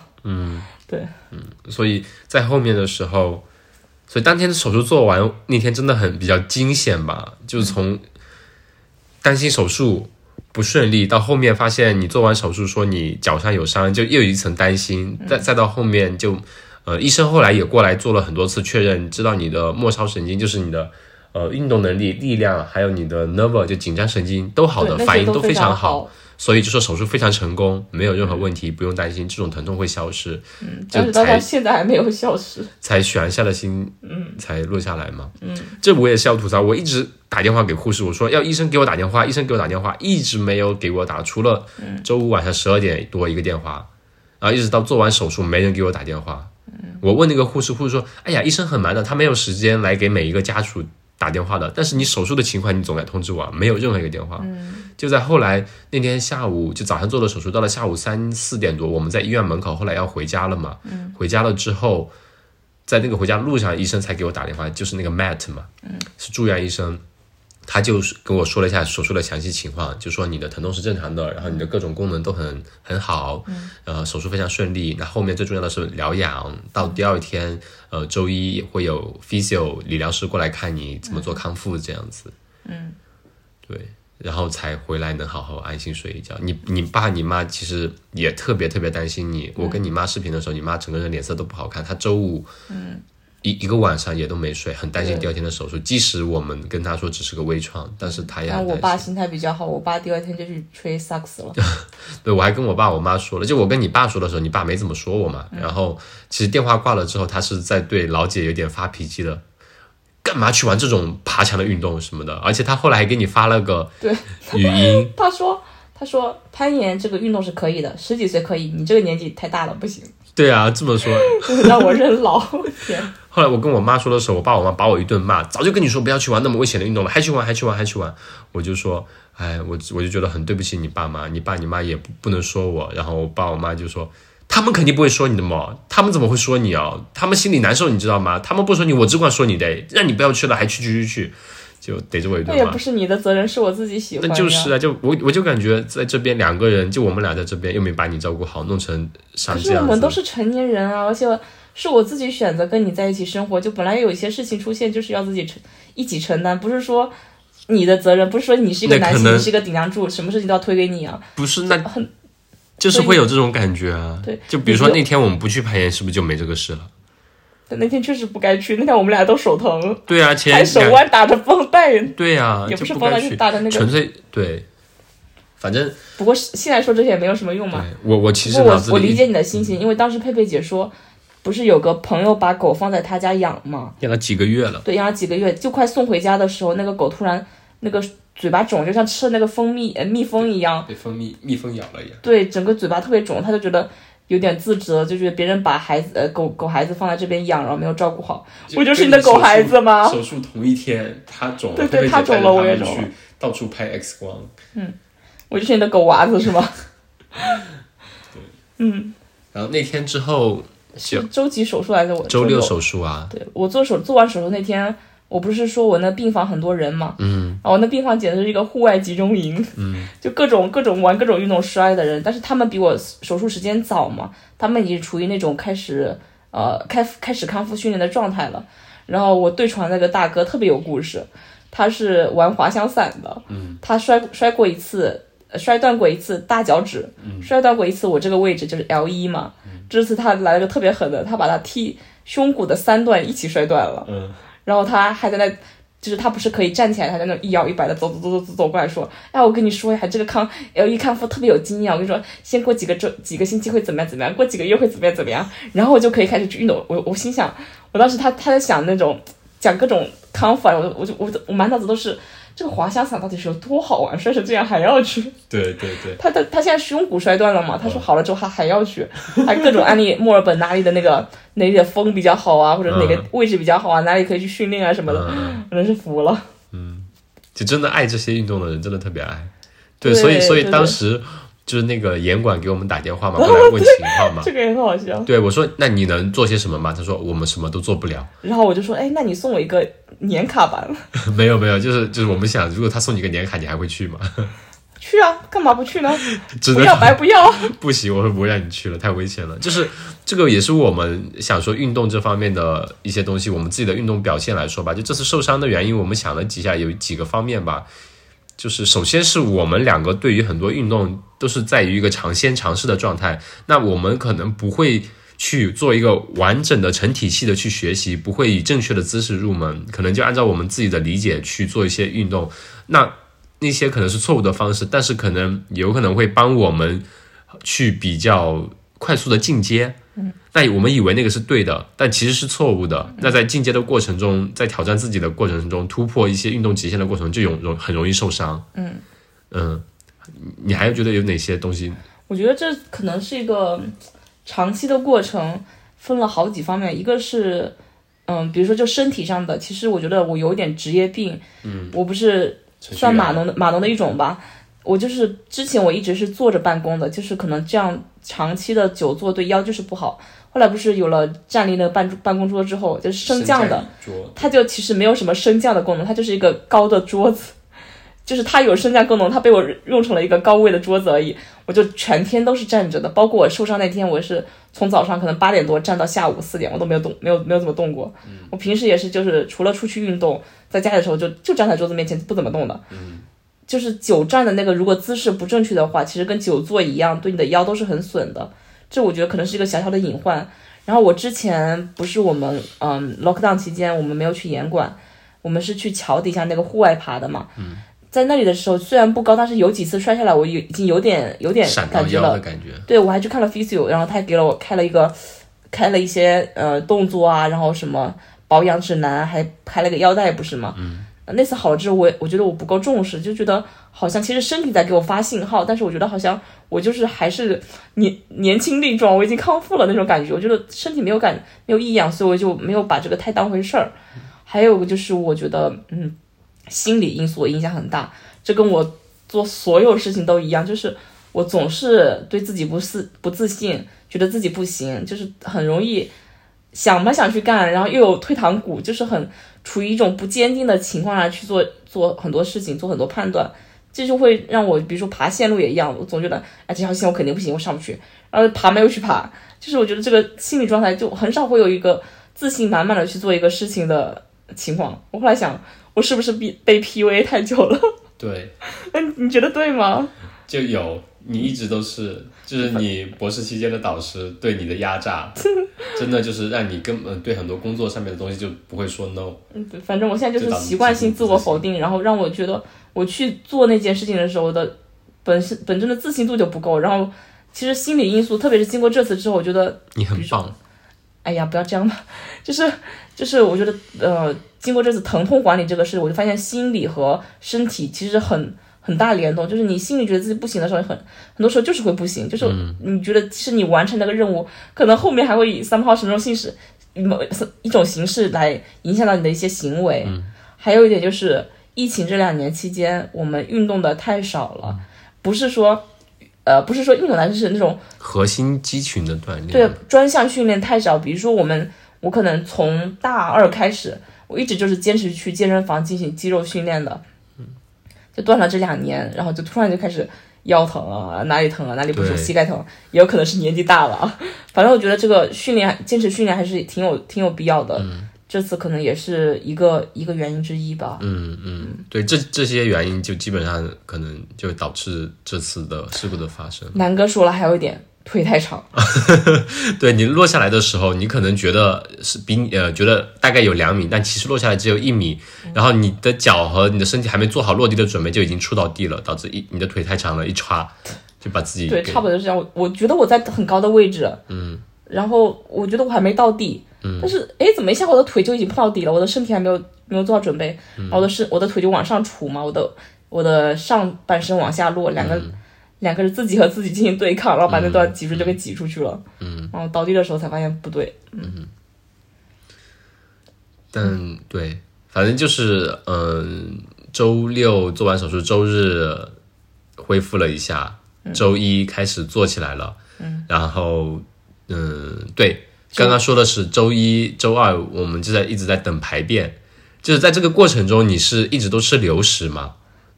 A: 所以在后面的时候，所以当天的手术做完那天真的很比较惊险吧，就是从担心手术不顺利到后面发现你做完手术说你脚上有伤，就又有一层担心，
B: 嗯
A: 再再到后面就呃医生后来也过来做了很多次确认，知道你的末梢神经就是你的。呃，运动能力、力量，还有你的 nerve 就紧张神经都好的，
B: 对，那
A: 反
B: 些
A: 应
B: 都
A: 非常
B: 常
A: 好，。所以就说手术非常成功，没有任何问题，不用担心，这种疼痛会消失。嗯，
B: 但
A: 就是
B: 到
A: 才
B: 到现在还没有消失。
A: 才悬下了心，嗯，才落下来嘛。嗯，这我也是要吐槽，我一直打电话给护士，我说要医生给我打电话，医生给我打电话，一直没有给我打，除了周五晚上十二点多一个电话，然后一直到做完手术没人给我打电话。我问那个护士，护士说：“哎呀，医生很忙的，他没有时间来给每一个家属打电话的。但是你手术的情况，你总该通知我啊，没有任何一个电话。”就在后来那天下午，就早上做了手术，到了下午三四点多，我们在医院门口，后来要回家了嘛。回家了之后，在那个回家路上，医生才给我打电话，就是那个 Matt 嘛，是住院医生，他就是跟我说了一下手术的详细情况，就说你的疼痛是正常的，然后你的各种功能都很很好，呃，手术非常顺利。那后面最重要的是疗养，到第二天，呃，周一会有 physio 理疗师过来看你怎么做康复这样子，嗯，对。然后才回来能好好安心睡一觉。你你爸你妈其实也特别特别担心你。我跟你妈视频的时候，你妈整个人脸色都不好看。她周五
B: 嗯
A: 一一个晚上也都没睡，很担心第二天的手术。即使我们跟他说只是个微创，哎但是他也
B: 然后
A: 很
B: 我
A: 担
B: 爸
A: 心。
B: 心态比较好，我爸第二天就去吹萨克斯了。
A: 对我还跟我爸我妈说了，就我跟你爸说的时候，你爸没怎么说我嘛。
B: 嗯
A: 然后其实电话挂了之后，他是在对老姐有点发脾气的。干嘛去玩这种爬墙的运动什么的？而且他后来还给你发了个
B: 对
A: 语音，
B: 他说：“他说攀岩这个运动是可以的，十几岁可以，你这个年纪太大了不行。
A: 对啊，这么说，”
B: 就是让我 认老，我天！
A: 后来我跟我妈说的时候，我爸我妈把我一顿骂，早就跟你说不要去玩那么危险的运动了，还去玩，还去玩，还去玩。我就说，哎，我我就觉得很对不起你爸妈，你爸你妈也不不能说我。然后我爸我妈就说，他们肯定不会说你的嘛，他们怎么会说你哦？他们心里难受，你知道吗？他们不说你，我只管说你的，让你不要去了，还去去去去，就逮着我一
B: 那
A: 顿
B: 也
A: 骂
B: 不。是你的责任，是我自己喜欢
A: 那
B: 的。
A: 就是啊，就我我就感觉在这边两个人，就我们俩在这边又没把你照顾好，弄成
B: 可
A: 像这
B: 是我
A: 样
B: 们都
A: 子。
B: 是成年人啊，而且是我自己选择跟你在一起生活，就本来有一些事情出现，就是要自己承一起承担，不是说你的责任，不是说你是一个
A: 那
B: 男
A: 可
B: 性，你
A: 能
B: 是一个顶梁柱，什么事情都要推给你啊。
A: 不是那就是会有这种感觉啊。
B: 对
A: 就比如说
B: 你就
A: 那天我们不去攀岩，是不是就没这个事了？
B: 但那天确实不该去，那天我们俩都手疼，
A: 对啊，前
B: 还手
A: 两
B: 腕打着绷带。
A: 对啊，
B: 也不是
A: 就不
B: 包
A: 该
B: 揽
A: 去，
B: 大的那个
A: 纯粹对。反正
B: 不过是现在说这些也没有什么用嘛
A: 对。我我其实
B: 啊不过
A: 脑
B: 我
A: 子
B: 我
A: 里
B: 理解你的心情，因为当时佩佩姐说，不是有个朋友把狗放在她家养嘛，
A: 养了几个月了，
B: 对，养了几个月，就快送回家的时候，那个狗突然那个嘴巴肿，就像吃了那个蜂蜜呃蜜蜂一样，
A: 被蜂蜜蜜蜂咬了一样。
B: 对，整个嘴巴特别肿，她就觉得。有点自责，就觉得别人把孩子呃狗狗孩子放在这边养，然后没有照顾好，不就是你的狗孩子吗？
A: 手术同一天，他肿了，
B: 对对佩佩姐他肿了带着他我也们肿去了，
A: 到处拍 X 光。
B: 我就是你的狗娃子是吗？
A: 然后那天之后，
B: 是 周几手术来着？我
A: 周
B: 六
A: 六手术啊，
B: 对我做手做完手术那天，我不是说我那病房很多人嘛，嗯，然后那病房简直是一个户外集中营，嗯， 就各种各种玩各种运动摔的人，但是他们比我手术时间早嘛，他们已经处于那种开始呃开开始康复训练的状态了。然后我对床那个大哥特别有故事，他是玩滑翔伞的，嗯，他摔摔过一次。呃摔断过一次大脚趾，摔断过一次我这个位置就是 L 一嘛。这次他来了个特别狠的，他把他踢胸骨的三段一起摔断了。
A: 嗯，
B: 然后他还在那，就是他不是可以站起来，他在那一摇一摆的走走走走走走过来说：“哎，我跟你说呀，这个康 L 一康复特别有经验，我跟你说，先过几个周几个星期会怎么样怎么样，过几个月会怎么样怎么样，然后我就可以开始去运动。我”我心想，我当时他他在想那种讲各种康复啊，我我就我就我满脑子都是这个滑翔伞到底是有多好玩，摔成这样还要去。
C: 对对对，
B: 他他他现在胸骨摔断了嘛？他说好了之后他还要去， 还各种安利墨尔本哪里的那个 哪里的风比较好啊，或者哪个位置比较好啊，哪里可以去训练啊什么的，
A: 嗯
B: 真是服了。
A: 就真的爱这些运动的人，真的特别爱。对，
B: 对
A: 所以所以
B: 对
A: 当
B: 对
A: 时就是那个严管给我们打电话嘛，过来问情况嘛。
B: 这个也很好笑。
A: 对，我说那你能做些什么吗？他说我们什么都做不了。
B: 然后我就说，哎，那你送我一个年卡吧，
A: 没有没有，就是就是我们想，如果他送你个年卡，你还会去吗？
B: 去啊，干嘛不去呢？
A: 只
B: 不
A: 能
B: 要白不要。啊
A: 不行，我会不会让你去了，太危险了。就是这个也是我们想说运动这方面的一些东西，我们自己的运动表现来说吧。就这次受伤的原因，我们想了几下，有几个方面吧。就是首先是我们两个对于很多运动都是在于一个尝鲜尝试的状态，那我们可能不会去做一个完整的成体系的去学习，不会以正确的姿势入门，可能就按照我们自己的理解去做一些运动。那那些可能是错误的方式，但是可能有可能会帮我们去比较快速的进阶。嗯，那我们以为那个是对的，但其实是错误
B: 嗯
A: 的。那在进阶的过程中，在挑战自己的过程中，突破一些运动极限的过程中，就容容很容易受伤。嗯嗯，你你还觉得有哪些东西？
B: 我觉得这可能是一个嗯长期的过程，分了好几方面，一个是，嗯，比如说就身体上的，其实我觉得我有点职业病，嗯，我不是算码农的码农的一种吧，我就是之前我一直是坐着办公的，就是可能这样长期的久坐对腰就是不好，后来不是有了站立那个办办公桌之后，就是升降的，
C: 桌，
B: 它就其实没有什么升降的功能，它就是一个高的桌子， 就是它有升降功能，它被我用成了一个高位的桌子而已。我就全天都是站着的，包括我受伤那天，我是从早上可能八点多站到下午四点，我都没有动，没有没有怎么动过。
C: 嗯
B: 我平时也是，就是除了出去运动，在家里的时候就就站在桌子面前不怎么动的。
C: 嗯
B: 就是久站的那个，如果姿势不正确的话，其实跟久坐一样，对你的腰都是很损的。这我觉得可能是一个小小的隐患。然后我之前不是我们嗯 lockdown 期间，我们没有去严管，我们是去桥底下那个户外爬的嘛。嗯，在那里的时候虽然不高，但是有几次摔下来，我有已经有点有点
C: 闪到
B: 感觉
C: 腰
B: 了
C: 的，感觉，
B: 对我还去看了 physio，然后他还给了我开了一个开了一些呃动作啊，然后什么保养指南，还开了个腰带，不是吗？嗯。那次好了之后，我也我觉得我不够重视，就觉得好像其实身体在给我发信号，但是我觉得好像我就是还是年年轻力壮，我已经康复了那种感觉。我觉得身体没有感没有异样，所以我就没有把这个太当回事儿。还有就是我觉得嗯，心理因素影响很大，这跟我做所有事情都一样，就是我总是对自己不是不自信，觉得自己不行，就是很容易想吧想去干，然后又有退堂鼓，就是很处于一种不坚定的情况下去做做很多事情，做很多判断，这就会让我，比如说爬线路也一样，我总觉得哎这条线我肯定不行，我上不去，然后爬没有去爬，就是我觉得这个心理状态就很少会有一个自信满满的去做一个事情的情况。我后来想，我是不是被被 PUA 太久了？
C: 对，
B: 嗯，你觉得对吗？
C: 就有你一直都是，就是你博士期间的导师对你的压榨，真的就是让你根本对很多工作上面的东西就不会说 no。
B: 嗯，对，反正我现在就是习惯性自我否定，然后让我觉得我去做那件事情的时候的本身本身的自信度就不够，然后其实心理因素，特别是经过这次之后，我觉得
A: 你很棒，
B: 哎呀，不要这样吧，就是就是，我觉得呃，经过这次疼痛管理这个事，我就发现心理和身体其实很很大联动，就是你心里觉得自己不行的时候，很很多时候就是会不行，就是你觉得是你完成那个任务，可能后面还会以三号什么形式某一种形式来影响到你的一些行为。还有一点就是，疫情这两年期间，我们运动的太少了，不是说。呃，不是说运动来，就是那种
A: 核心肌群的锻炼。
B: 对，专项训练太少，比如说我们，我可能从大二开始，我一直就是坚持去健身房进行肌肉训练的，
A: 嗯
B: 就断了这两年，然后就突然就开始腰疼啊，哪里疼啊，哪里不舒服，
A: 对
B: 膝盖疼，也有可能是年纪大了 啊。反正我觉得这个训练，坚持训练还是挺有挺有必要的。
A: 嗯
B: 这次可能也是一个一个原因之一吧。
A: 嗯嗯，对，这这些原因就基本上可能就导致这次的事故的发生。
B: 南哥说了，还有一点腿太长，
A: 对你落下来的时候，你可能觉得是比你呃觉得大概有两米，但其实落下来只有一米，然后你的脚和你的身体还没做好落地的准备，就已经触到地了，导致一你的腿太长了，一歘就把自己
B: 对，
A: 给
B: 差不多就是这样。我我觉得我在很高的位置，嗯，
A: 嗯
B: 然后我觉得我还没到地，但是哎，怎么一下我的腿就已经碰到底了，我的身体还没有没有做好准备，
A: 嗯
B: 然后我的身我的腿就往上杵嘛，我的我的上半身往下落，两个、
A: 嗯
B: 两个是自己和自己进行对抗，然后把那段脊椎就给挤出去了，嗯，然后倒地的时候才发现不对，
A: 但对，反正就是嗯，周六做完手术，周日恢复了一下，周一开始做起来了。嗯，然后嗯，对，刚刚说的是周一、周二，我们就在一直在等排便，就是在这个过程中，你是一直都吃流食嘛？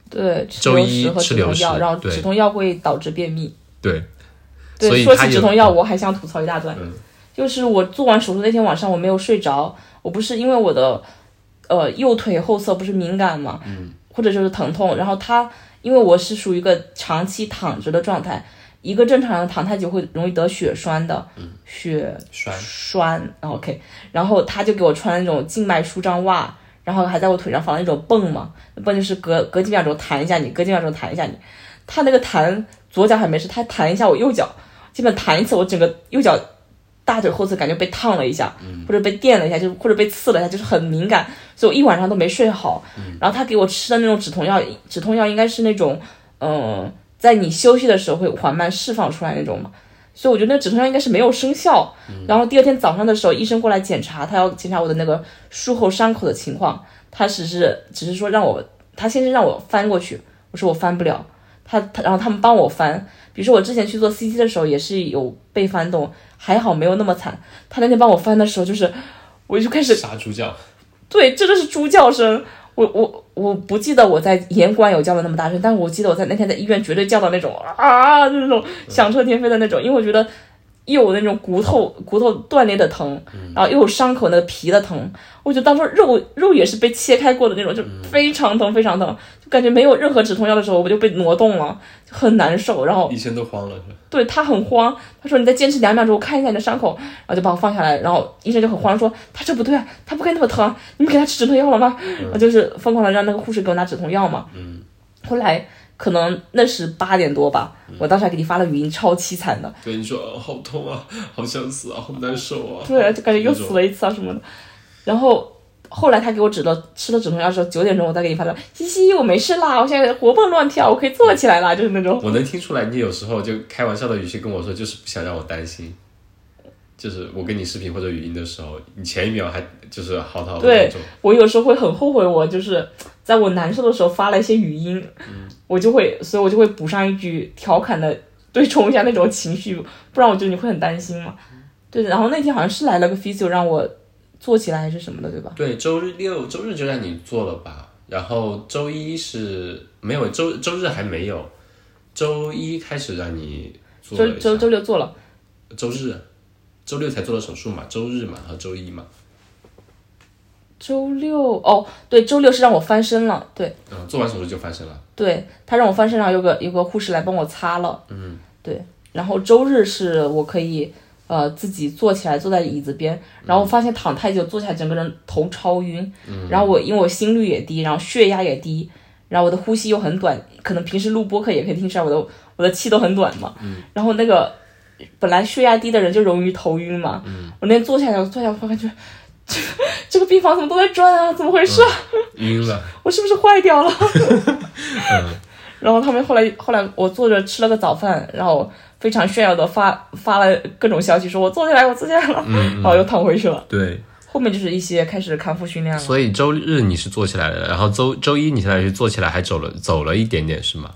B: 对，吃
A: 周
B: 流
A: 一
B: 食和
A: 吃
B: 止
A: 流
B: 痛药，
A: 食
B: 然后
A: 对
B: 止痛药会导致便秘，
A: 对，
B: 对，
A: 所以
B: 说
A: 他嗯
B: 起止
A: 有
B: 痛 药，我还想吐槽一大段，就是我做完手术那天晚上我没有睡着，我不是因为我的呃右腿后侧不是敏感嘛，
A: 嗯
B: 或者就是疼痛，然后它因为我是属于一个长期躺着的状态，一个正常人躺太久会容易得血栓的，血
A: 嗯栓
B: 栓啊，OK，然后他就给我穿那种静脉舒张袜。然后还在我腿上放了那种泵嘛，泵就是隔隔几秒钟弹一下你，隔几秒钟弹一下你。他那个弹左脚还没事，他弹一下我右脚，基本弹一次，我整个右脚大腿后侧感觉被烫了一下，或者被电了一下，就是或者被刺了一下，就是很敏感，所以我一晚上都没睡好。然后他给我吃的那种止痛药，止痛药应该是那种，嗯、在你休息的时候会缓慢释放出来那种嘛。所以我觉得那止痛药应该是没有生效。然后第二天早上的时候，医生过来检查，他要检查我的那个术后伤口的情况。他只是只是说让我，他先是让我翻过去，我说我翻不了。他他然后他们帮我翻，比如说我之前去做 CT 的时候也是有被翻动，还好没有那么惨。他那天帮我翻的时候，就是我就开始
A: 杀猪叫，
B: 对，真的是猪叫声。我我我不记得我在严管有叫的那么大声，但我记得我在那天在医院绝对叫到那种啊，那种响彻天飞的那种，因为我觉得又有那种骨头骨头断裂的疼，然后又有伤口那个皮的疼，我觉得当时肉肉也是被切开过的那种，就非常疼非常疼，就感觉没有任何止痛药的时候我就被挪动了，就很难受。然后
A: 医生都慌了，是吧？
B: 对他很慌，他说你再坚持两秒钟，我看一下你的伤口，然后就把我放下来，然后医生就很慌说他这不对啊，他不该那么疼啊，你们给他吃止痛药了吗？然后就是疯狂的让那个护士给我拿止痛药嘛。嗯。后来可能那是八点多吧，我当时还给你发了语音，超凄惨的，
A: 对，你说、哦好痛啊，好想死啊，好难受啊，
B: 对，就感觉又死了一次啊什么的。然后后来他给我止了吃了止痛药之后，九点钟我再给你发的，嘻嘻，我没事啦，我现在活蹦乱跳，我可以坐起来啦，就是那种。
A: 我能听出来，你有时候就开玩笑的语气跟我说，就是不想让我担心。就是我跟你视频或者语音的时候，你前一秒还就是嚎啕
B: 对
A: 万状，
B: 我有时候会很后悔，我就是在我难受的时候发了一些语音，
A: 嗯
B: 我就会，所以我就会补上一句调侃的，对冲一下那种情绪，不然我觉得你会很担心嘛。
A: 嗯
B: 对，然后那天好像是来了个 physio 让我做起来还是什么的，对吧？
A: 对，周日六周日就让你做了吧，然后周一是没有，周周日还没有，周一开始让你做
B: 周
A: 了一
B: 周
A: 下，
B: 周六做了，
A: 周日，周六才做的手术嘛，周日嘛和周一嘛，
B: 周六哦，对，周六是让我翻身了，对，
A: 然后做完手术就翻身了。
B: 对他让我翻身上有个有个护士来帮我擦了，嗯，对。然后周日是我可以呃自己坐起来坐在椅子边，然后发现躺太久坐起来整个人头超晕，然后我因为我心率也低，然后血压也低，然后我的呼吸又很短，可能平时录播课也可以听出来我的我的气都很短嘛，嗯，然后那个本来血压低的人就容易头晕嘛，嗯，我那天坐下来我坐下来我感觉。 这个这个病房怎么都在转啊？怎么回事啊？
A: 晕了，
B: 我是不是坏掉了？然后他们后来后来我坐着吃了个早饭，然后非常炫耀的发发了各种消息，说我坐下来，我坐下来了，然后又躺回去了。
A: 对，
B: 后面就是一些开始康复训练了。
A: 所以周日你是做起来的，然后周周一你相当于是做起来还走了走了一点点是吗？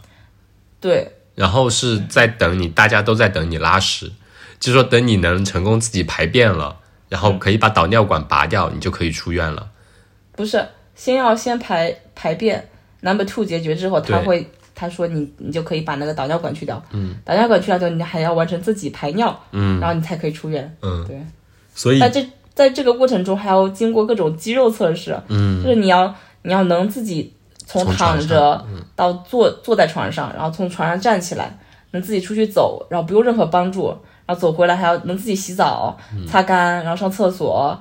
B: 对
A: 然后是在等你，大家都在等你拉屎，就说等你能成功自己排便了，然后可以把导尿管拔掉，你就可以出院了。
B: 不是先要先排排便，number two 解决之后，他
A: 对
B: 会他说你你就可以把那个导尿管去掉，嗯，导尿管去掉之后，你还要完成自己排尿，嗯，然后你才可以出院，
A: 嗯，
B: 对。
A: 所以
B: 在这在这个过程中还要经过各种肌肉测试，嗯，就是你要你要能自己从
A: 从
B: 躺
A: 床上嗯
B: 着到坐坐在床上，然后从床上站起来，能自己出去走，然后不用任何帮助，然后走回来还要能自己洗澡、
A: 嗯
B: 擦干，然后上厕所，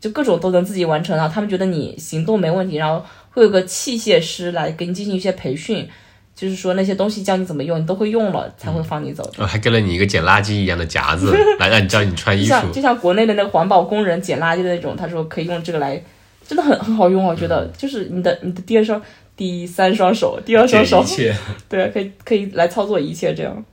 B: 就各种都能自己完成。然后他们觉得你行动没问题，然后会有个器械师来给你进行一些培训。就是说那些东西教你怎么用，你都会用了才会放你走。
A: 呃还给了你一个捡垃圾一样的夹子， 来让你教你穿
B: 就
A: 衣
B: 像就
A: 服。
B: 像国内的那个环保工人捡垃圾的那种，他说可以用这个来真的很很好用，我觉
A: 嗯
B: 得就是你的你的第二双、第三双手、第二双
A: 这
B: 手
A: 一，切。
B: 对，可以可以来操作一切这样。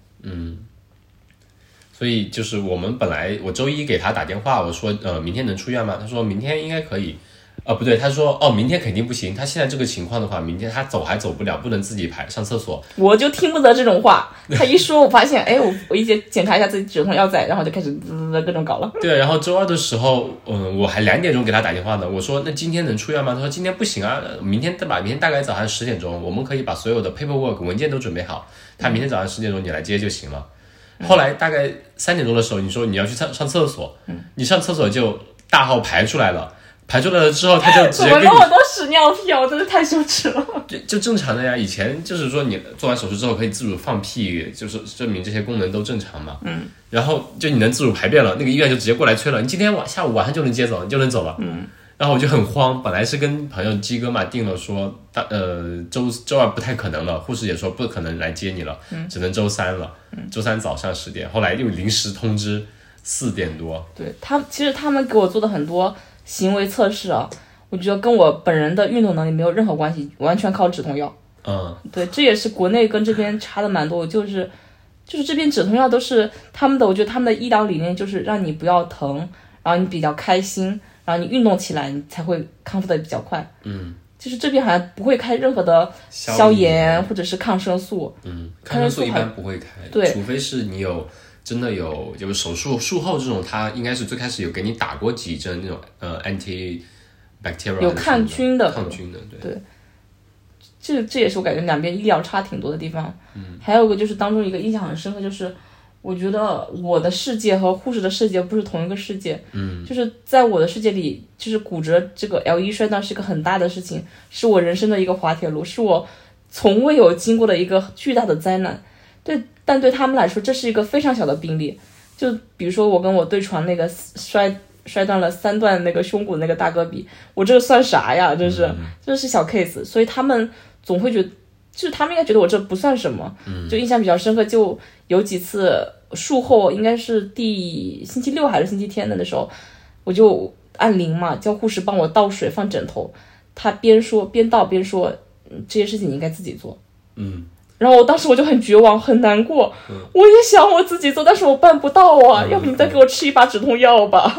A: 所以就是我们本来我周一给他打电话，我说呃明天能出院吗？他说明天应该可以，呃不对，他说哦明天肯定不行，他现在这个情况的话，明天他走还走不了，不能自己排上厕所。
B: 我就听不得这种话， 他一说，我发现，哎，我我一检检查一下自己止痛药在，然后就开始滋滋滋各种搞了。
A: 对，然后周二的时候，嗯，我还两点钟给他打电话呢，我说那今天能出院吗？他说今天不行啊，呃明天对吧？明天大概早上十点钟，我们可以把所有的 paperwork 文件都准备好，他明天早上十点钟你来接就行了。
B: 嗯
A: 后来大概三点钟的时候，你说你要去上上厕所，
B: 嗯
A: 你上厕所就大号排出来了，排出来了之后他 就直
B: 怎
A: 接
B: 么
A: 跟你
B: 那么多屎尿屁啊！我真是太羞耻 了。
A: 就就正常的呀，以前就是说你做完手术之后可以自主放屁，就是证明这些功能都正常嘛。嗯。然后就你能自主排便了，那个医院就直接过来催了，你今天晚下午晚上就能接走，你就能走了。嗯。然后我就很慌，本来是跟朋友鸡哥嘛定了说，大呃周周二不太可能了，护士也说不可能来接你了，只能周三了。周三早上十点，后来又临时通知四点多，
B: 对他，其实他们给我做的很多行为测试啊，我觉得跟我本人的运动能力没有任何关系，完全靠止痛药。
A: 嗯，
B: 对，这也是国内跟这边差的蛮多，就是就是这边止痛药都是他们的，我觉得他们的医疗理念就是让你不要疼，然后你比较开心，然后你运动起来，你才会康复的比较快。嗯，就是这边好像不会开任何的消炎或者是抗生素，
A: 嗯，
B: 抗
A: 抗生
B: 生素
A: 素一
B: 还
A: 般不会开，
B: 对
A: 除非是你有真的有就是手术术后这种，它应该是最开始有给你打过几针那种呃 anti bacterial
B: 有抗菌的
A: 抗菌的，对，
B: 这这也是我感觉两边医疗差挺多的地方。嗯，还有一个就是当中一个印象很深刻，就是我觉得我的世界和护士的世界不是同一个世界。嗯，就是在我的世界里，就是骨折这个 L 一摔断是一个很大的事情，是我人生的一个滑铁卢，是我从未有经过的一个巨大的灾难。对，但对他们来说，这是一个非常小的病例。就比如说我跟我对床那个摔摔断了三段那个胸骨那个大哥比，我这个算啥呀？这是、这是小 case，所以他们总会觉得，就是他们应该觉得我这不算什么。就印象比较深刻，就有几次术后应该是第星期六还是星期天的那时候，我就按铃嘛，叫护士帮我倒水放枕头，他边说边倒边说，嗯这些事情你应该自己做。
A: 嗯，
B: 然后我当时我就很绝望，很难过。我也想我自己做，但是我办不到啊！要不你再给我吃一把止痛药吧。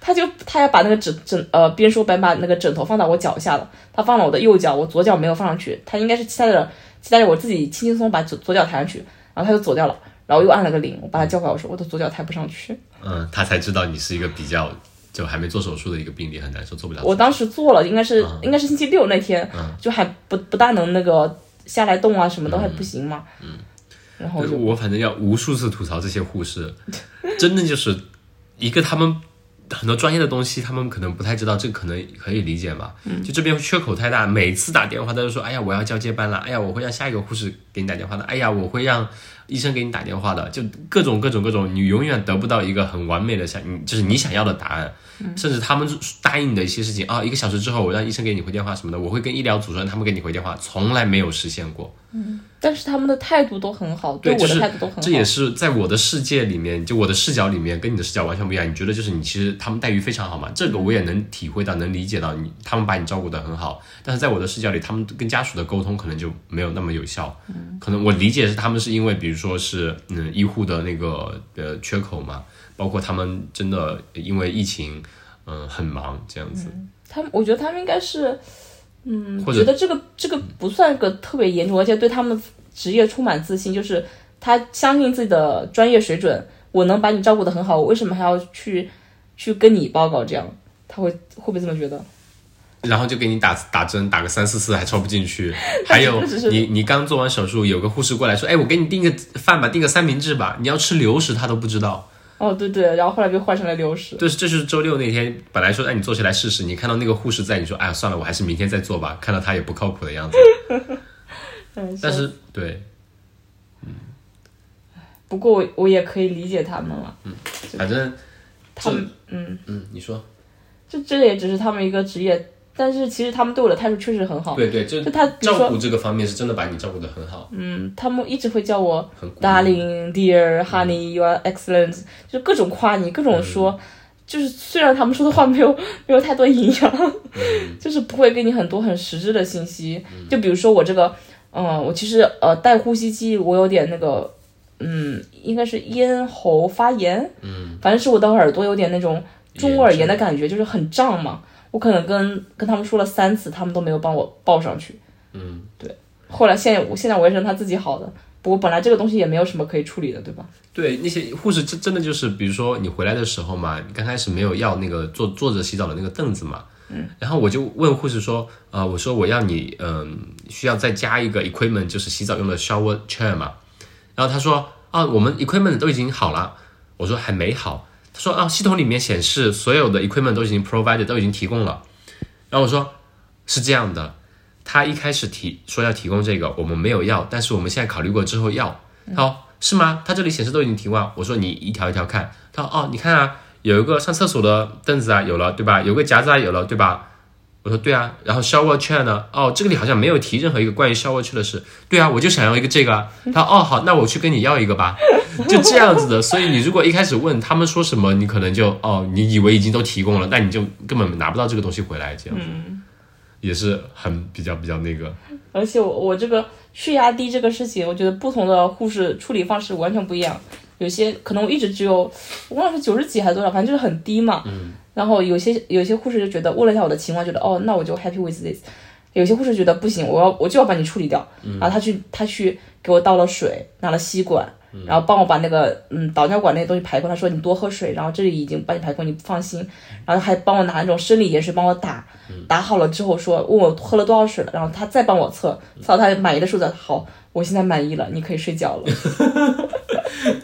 B: 他就他要把那个枕枕呃，边说边把那个枕头放到我脚下了，他放了我的右脚，我左脚没有放上去，他应该是期待着期待着我自己轻轻松松把左左脚抬上去，然后他就左掉了，然后又按了个铃，我把他叫回来，我说我的左脚抬不上去。
A: 嗯，他才知道你是一个比较就还没做手术的一个病例，很难受，做不了。
B: 我当时做了，应该是、应该是星期六那天，就还不不大能那个下来动啊，什么都还不行嘛。嗯，然后我
A: 对
B: 就
A: 我反正要无数次吐槽这些护士，真的就是一个他们很多专业的东西，他们可能不太知道，这个可能可以理解吧。
B: 嗯
A: 就这边缺口太大，每次打电话他就说：“哎呀，我要交接班了，哎呀，我会让下一个护士给你打电话的，哎呀，我会让医生给你打电话的。”就各种各种各种，你永远得不到一个很完美的想，你就是你想要的答案。
B: 嗯
A: 甚至他们答应你的一些事情啊，一个小时之后我让医生给你回电话什么的，我会跟医疗主任他们给你回电话，从来没有实现过。
B: 但是他们的态度都很好，
A: 对，
B: 我
A: 就
B: 的
A: 是
B: 态度都很好。
A: 这也是在我的世界里面，就我的视角里面跟你的视角完全不一样。你觉得就是你其实他们待遇非常好嘛？这个我也能体会到，能理解到你他们把你照顾得很好，但是在我的视角里，他们跟家属的沟通可能就没有那么有效。
B: 嗯
A: 可能我理解是他们是因为比如说是嗯医护的那个呃缺口嘛，包括他们真的因为疫情。嗯，很忙这样子，
B: 他们，我觉得他们应该是，嗯，
A: 或者
B: 觉得这个这个不算个特别严重，而且对他们职业充满自信，就是他相信自己的专业水准，我能把你照顾得很好，我为什么还要去去跟你报告这样？他会会不会这么觉得？
A: 然后就给你打打针，打个三四次还抽不进 去。还有
B: 只是
A: 你你刚做完手术，有个护士过来说：“哎，我给你订个饭吧，订个三明治吧。”你要吃流食，他都不知道。
B: 哦，对对，然后后来被换成了流食，
A: 这是这是周六那天，本来说哎你坐下来试试，你看到那个护士在，你说哎呀算了，我还是明天再做吧。看到他也不靠谱的 样子，
B: 嗯，
A: 但是对，
B: 不过我我也可以理解他们了，
A: 反正
B: 他们
A: 嗯，你说
B: 就这也只是他们一个职业，但是其实他们对我的态度确实很好，
A: 对对，就
B: 哦就他比如说
A: 照顾这个方面是真的把你照顾的很好，
B: 嗯，他们一直会叫我
A: 很鼓励。嗯
B: Darling, dear, honey, you are excellent，就各种夸你，各种说。就是虽然他们说的话没有没有太多营养，
A: 嗯
B: 就是不会给你很多很实质的信息。就比如说我这个，嗯，我其实呃戴呼吸机，我有点那个，嗯，应该是咽喉发炎，嗯，反正是我的耳朵有点那种中耳炎的感觉，就是很胀嘛。我可能跟跟他们说了三次，他们都没有帮我报上去。
A: 嗯，
B: 对。后来现在我现在我也是让他自己好的，不过本来这个东西也没有什么可以处理的，对吧？
A: 对，那些护士真真的就是，比如说你回来的时候嘛，你刚开始没有要那个坐坐着洗澡的那个凳子嘛，嗯，然后我就问护士说，呃，我说我要你，嗯、需要再加一个 equipment，就是洗澡用的 shower chair 嘛，然后他说，啊，我们 equipment 都已经好了，我说还没好，他说啊，系统里面显示所有的 equipment 都已经 provided，都已经提供了，然后我说是这样的，他一开始提说要提供这个，我们没有要，但是我们现在考虑过之后要。他说是吗？他这里显示都已经提供了。我说你一条一条看。他说哦，你看啊，有一个上厕所的凳子啊，有了对吧？有个夹子啊，有了对吧？我说对啊。然后 shower chair 呢？哦，这个里好像没有提任何一个关于 shower chair 的事。对啊，我就想要一个这个啊。他说哦好，那我去跟你要一个吧。就这样子的。所以你如果一开始问他们说什么，你可能就哦，你以为已经都提供了，但你就根本拿不到这个东西回来，这样子。也是很比较比较那个，
B: 而且我我这个血压低这个事情，我觉得不同的护士处理方式完全不一样。有些可能我一直只有，我忘了是九十几还是多少，反正就是很低嘛。嗯。然后有些有些护士就觉得问了一下我的情况，觉得哦，那我就 happy with this。有些护士觉得不行，我要我就要把你处理掉。嗯、然后他去他去给我倒了水，拿了吸管，然后帮我把那个嗯导尿管那个东西排空。他说你多喝水，然后这里已经帮你排空，你放心。然后还帮我拿那种生理盐水帮我打，打好了之后说问我喝了多少水了，然后他再帮我测，测到他满意的数字，好，我现在满意了，你可以睡觉了。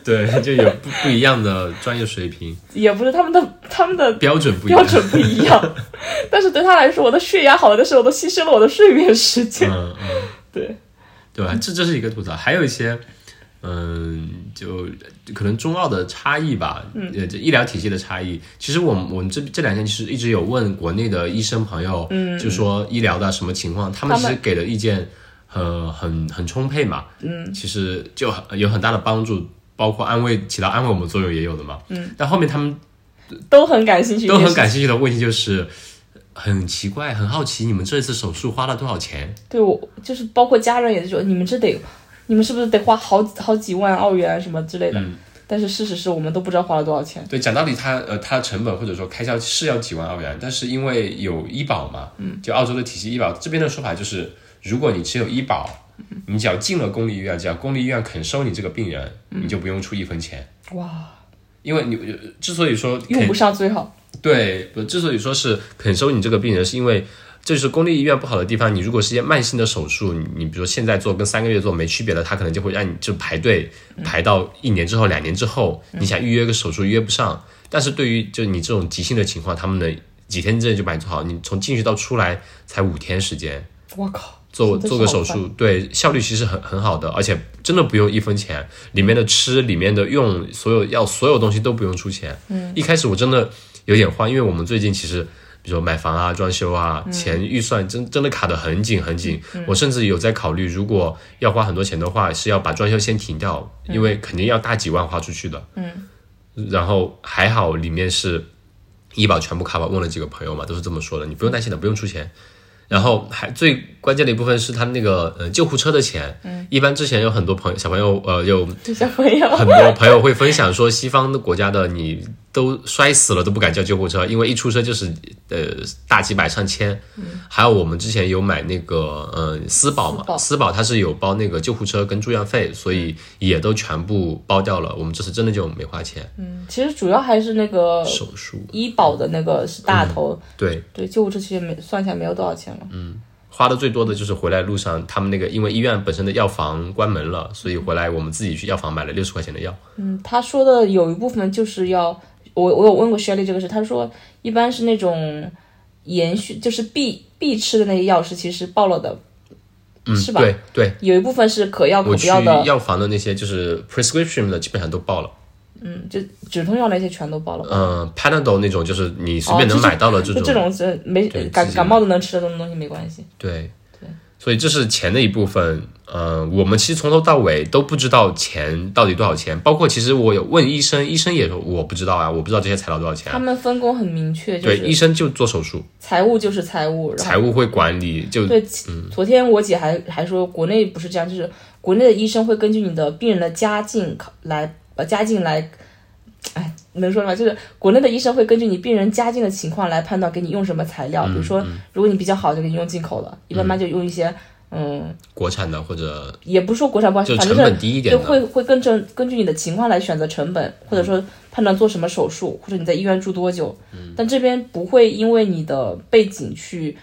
A: 对， 就有不不一样的专业水平
B: 也不是他们的他们的
A: 标准不一样
B: 标。准不一样，但是对他来说，我的血压好了的时候，我都牺牲了我的睡眠时间。
A: 嗯嗯，
B: 对，
A: 对吧？这这是一个吐槽，还有一些，嗯，就可能中澳的差异吧，
B: 嗯
A: 呃，这医疗体系的差异。其实我们我们这这两天其实一直有问国内的医生朋友，嗯，就说医疗的什么情况，他们
B: 他
A: 其
B: 们
A: 实给的意见，呃，很很充沛嘛，嗯，其实就很有很大的帮助，包括安慰起到安慰我们作用也有的嘛，嗯，但后面他们
B: 都很感兴趣，
A: 都
B: 也
A: 很
B: 是
A: 感兴趣的问题就是。很奇怪，很好奇你们这次手术花了多少钱？
B: 对我就是包括家人也是说，你们这得，你们是不是得花好好几万澳元啊什么之类的？
A: 嗯
B: 但是事实是我们都不知道花了多少钱。
A: 对，讲道理它，呃，它成本或者说开销是要几万澳元，但是因为有医保嘛，嗯，就澳洲的体系医保，这边的说法就是，如果你只有医保，你只要进了公立医院，只要公立医院肯收你这个病人，你就不用出一分钱。
B: 哇，
A: 因为你呃之所以说
B: 用
A: 肯
B: 不上最好。
A: 对，不之所以说是肯收你这个病人，是因为这就是公立医院不好的地方。你如果是一些慢性的手术，你你比如说现在做跟三个月做没区别的，他可能就会让你就排队排到一年之后、两年之后，你想预约个手术预约不上。但是对于就你这种急性的情况，他们能几天之内就把你做好，你从进去到出来才五天时间。
B: 我靠，
A: 做
B: 真的是
A: 做个
B: 好
A: 手
B: 快
A: 术，对效率其实很很好的，而且真的不用一分钱，里面的吃、里面的用、所有药、所有东西都不用出钱。嗯，一开始我真的有点慌，因为我们最近其实。比如说买房啊、装修啊，
B: 嗯
A: 钱预算真真的卡得很紧很紧。我甚至有在考虑，如果要花很多钱的话，是要把装修先停掉，因为
B: 嗯
A: 肯定要大几万花出去的。嗯，然后还好里面是医保全部 cover，问了几个朋友嘛，都是这么说的，你不用担心的，不用出钱。然后还最关键的一部分是他那个呃救护车的钱，嗯，一般之前有很多朋友小朋友呃有
B: 这小朋友，
A: 很多朋友会分享说，西方的国家的你都摔死了都不敢叫救护车，因为一出车就是呃大几百上千。还有我们之前有买那个呃私保
B: 私保
A: 嘛，私保它是有包那个救护车跟住院费，所以也都全部包掉了。我们这次真的就没花钱，
B: 其实主要还是那个
A: 手术
B: 医保的那个是大头，
A: 对。
B: 对救护车其实没算下来没有多少钱了。嗯
A: 花的最多的就是回来路上，他们那个因为医院本身的药房关门了，所以回来我们自己去药房买了六十块钱的药。
B: 嗯，他说的有一部分就是要我我有问过 Shelly 这个事，他说一般是那种延续就是必必吃的那些药是其实报了的，
A: 嗯，
B: 是吧
A: 对对，
B: 有一部分是可药可
A: 我
B: 不
A: 去
B: 要的，
A: 药房的那些就是 prescription 的基本上都报了。
B: 嗯就止痛药那些全都报了。哦
A: 嗯，Panadol 那种就是你随便能买到的这
B: 就
A: 种，
B: 这种是没
A: 对
B: 感
A: 自己
B: 感冒的能吃的这种东西没关系。
A: 对，所以这是钱的一部分，呃，我们其实从头到尾都不知道钱到底多少钱，包括其实我有问医生，医生也说我不知道啊，我不知道这些材料多少钱、啊。
B: 他们分工很明确，就
A: 对，医
B: 是
A: 生就做手术，
B: 财务就是财务，然后
A: 财务会管理，就
B: 对，
A: 嗯
B: 昨天我姐还还说，国内不是这样，就是国内的医生会根据你的病人的家境考来，呃，家境来，哎，能说吗？就是国内的医生会根据你病人家境的情况来判断给你用什么材
A: 嗯
B: 料，比如说，如果你比较好，就给你用进口的，一般般就用一些，嗯，
A: 国产的或者
B: 也不是说国产不好，
A: 就
B: 啊反
A: 成
B: 正
A: 本
B: 是
A: 低一点
B: 就
A: 的。嗯
B: 会会根据根据你的情况来选择成本，或者说判断做什么手术，或者你在医院住多久。
A: 嗯
B: 但这边不会因为你的背景去，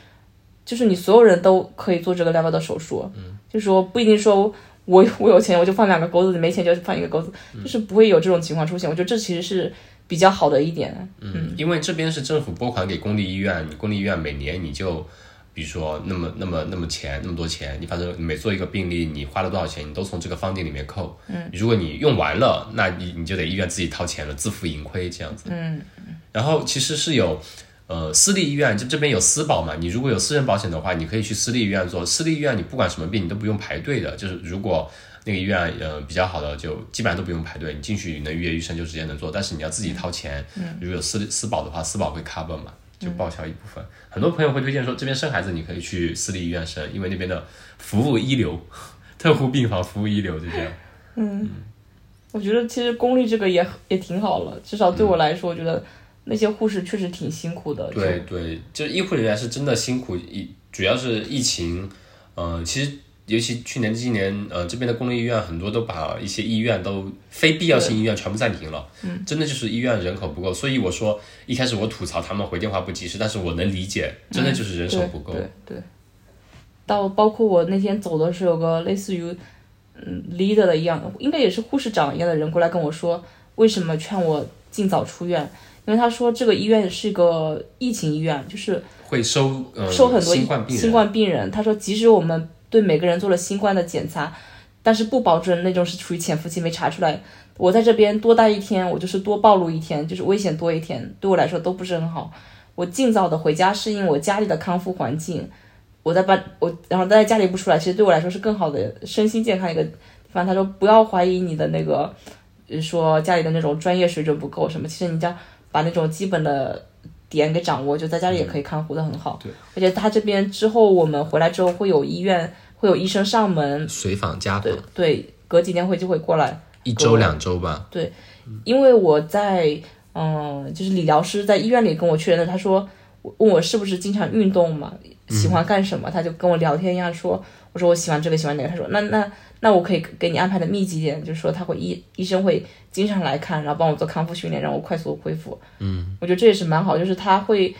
B: 就是你所有人都可以做这个 level 的手术。
A: 嗯
B: 就说不一定说我我有钱我就放两个钩子，没钱就放一个钩子，
A: 嗯
B: 就是不会有这种情况出现。我觉得这其实是比较好的一点。
A: 嗯，因为这边是政府拨款给公立医院，你公立医院每年你就，比如说那么那么那么钱那么多钱，你反正每做一个病例，你花了多少钱，你都从这个方定里面扣。嗯，如果你用完了，那你你就得医院自己掏钱了，自负盈亏这样子。嗯，然后其实是有。呃，私立医院就这边有私保嘛，你如果有私人保险的话，你可以去私立医院做。私立医院你不管什么病，你都不用排队的。就是如果那个医院呃比较好的，就基本上都不用排队，你进去能预约医生就直接能做。但是你要自己掏钱，如果有私私保的话，私保会 cover 嘛，就报销一部分。很多朋友会推荐说，这边生孩子你可以去私立医院生，因为那边的服务一流， 特护病房服务一流这些。
B: 我觉得其实公立这个也也挺好了，至少对我来说，我觉得那些护士确实挺辛苦的。
A: 嗯
B: 就
A: 对对，就是医护人员是真的辛苦，一主要是疫情，呃，其实尤其去年、今年，呃，这边的公立医院很多都把一些医院都非必要性医院全部暂停了，嗯，真的就是医院人口不够，所以我说一开始我吐槽他们回电话不及时，但是我能理解，真的就是人手
B: 嗯对
A: 不够，
B: 对对到包括我那天走的时候，有个类似于嗯 leader 的一样，应该也是护士长一样的人过来跟我说，为什么劝我尽早出院？因为他说这个医院是个疫情医院，就是
A: 会收呃
B: 收很多
A: 新冠病人，
B: 新冠病人。他说，即使我们对每个人做了新冠的检查，但是不保证那种是处于潜伏期没查出来。我在这边多待一天，我就是多暴露一天，就是危险多一天，对我来说都不是很好。我尽早的回家适应我家里的康复环境，我在把我然后待在家里不出来，其实对我来说是更好的身心健康一个地方。他说不要怀疑你的那个，呃说家里的那种专业水准不够什么，其实你只要把那种基本的点给掌握，就在家里也可以看护的很好。对，而且他这边之后我们回来之后会有医院会有医生上门，
A: 随访家访，
B: 对，隔几天会就会过来。
A: 一
B: 周
A: 两周吧，
B: 因为我在嗯，就是理疗师在医院里跟我确认的，他说我问我是不是经常运动嘛，喜欢干什么，他就跟我聊天一样说，我说我喜欢这个喜欢那个，他说那那那我可以给你安排的密集一点，就是说他会医医生会经常来看，然后帮我做康复训练，让我快速恢复。嗯，我觉得这也是蛮好，就是他会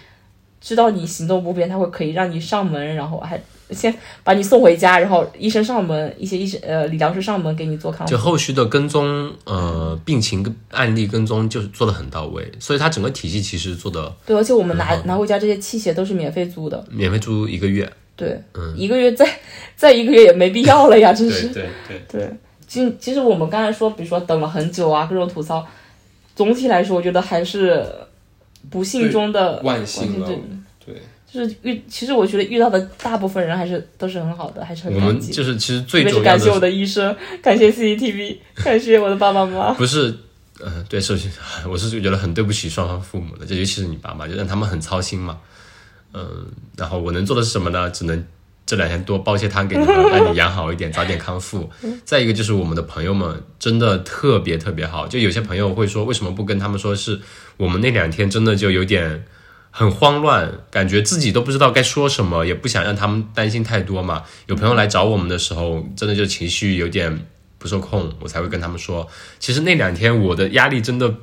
B: 知道你行动不便，他会可以让你上门，然后还。先把你送回家，然后医生上门，一些医生呃理疗师上门给你做康复
A: 就。后续的跟踪，呃，病情跟案例跟踪就是做的很到位，所以它整个体系其实做的
B: 对，而且我们拿拿回家这些器械都是免费租的，
A: 免费租一个月，
B: 对，一个月再再一个月也没必要了呀，真
A: 嗯对
B: 是。
A: 对对，
B: 对，其实其实我们刚才说，比如说等了很久啊，各种吐槽，总体来说，我觉得还是不幸中的
A: 万幸了
B: 了呃对。
A: 对，
B: 就是遇，其实我觉得遇到的大部分人还是都是很好的，还是很
A: 我
B: 感
A: 们
B: 激。
A: 就是其实最
B: 特别是
A: 重要
B: 感谢我
A: 的
B: 的医生，感谢 CCTV，感谢我的爸爸妈妈。
A: 不是，呃，对，首先 我是觉得很对不起双方父母的，就尤其是你爸妈，就让他们很操心嘛。嗯、然后我能做的是什么呢？只能这两天多煲些汤给你们，让你养好一点，早点康 复。再一个就是我们的朋友们真的特别特别好，就有些朋友会说，为什么不跟他们说是我们那两天真的就有点。很慌乱，感觉自己都不知道该说什么，也不想让他们担心太多嘛。有朋友来找我们的时候，真的就情绪有点不受控，我才会跟他们说，其实那两天我的压力真的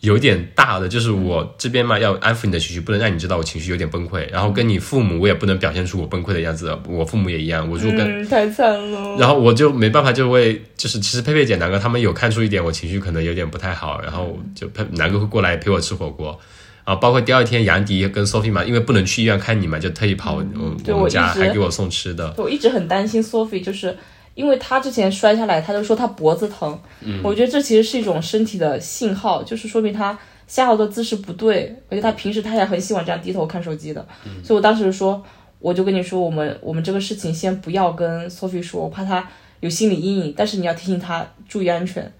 A: 有点大的，就是我这边嘛要安抚你的情绪，不能让你知道我情绪有点崩溃。然后跟你父母，我也不能表现出我崩溃的样子，我父母也一样。我如果跟，
B: 嗯，太惨了。
A: 然后我就没办法，就会就是其实佩佩姐南哥他们有看出一点我情绪可能有点不太好，然后就佩南哥会过来陪我吃火锅。啊，包括第二天杨迪跟 Sophie 嘛，因为不能去医院看你嘛，就特意跑我嗯
B: 嗯对
A: 我
B: 我
A: 们
B: 一
A: 家，
B: 直
A: 还给我送吃的。
B: 我一直很担心 Sophie，就是因为她之前摔下来，她就说她脖子疼。我觉得这其实是一种身体的信号，就是说明她下楼的姿势不对，而且她平时她也很喜欢这样低头看手机的。所以我当时说，我就跟你说，我们我们这个事情先不要跟 Sophie 说，我怕她有心理阴影。但是你要提醒她注意安全。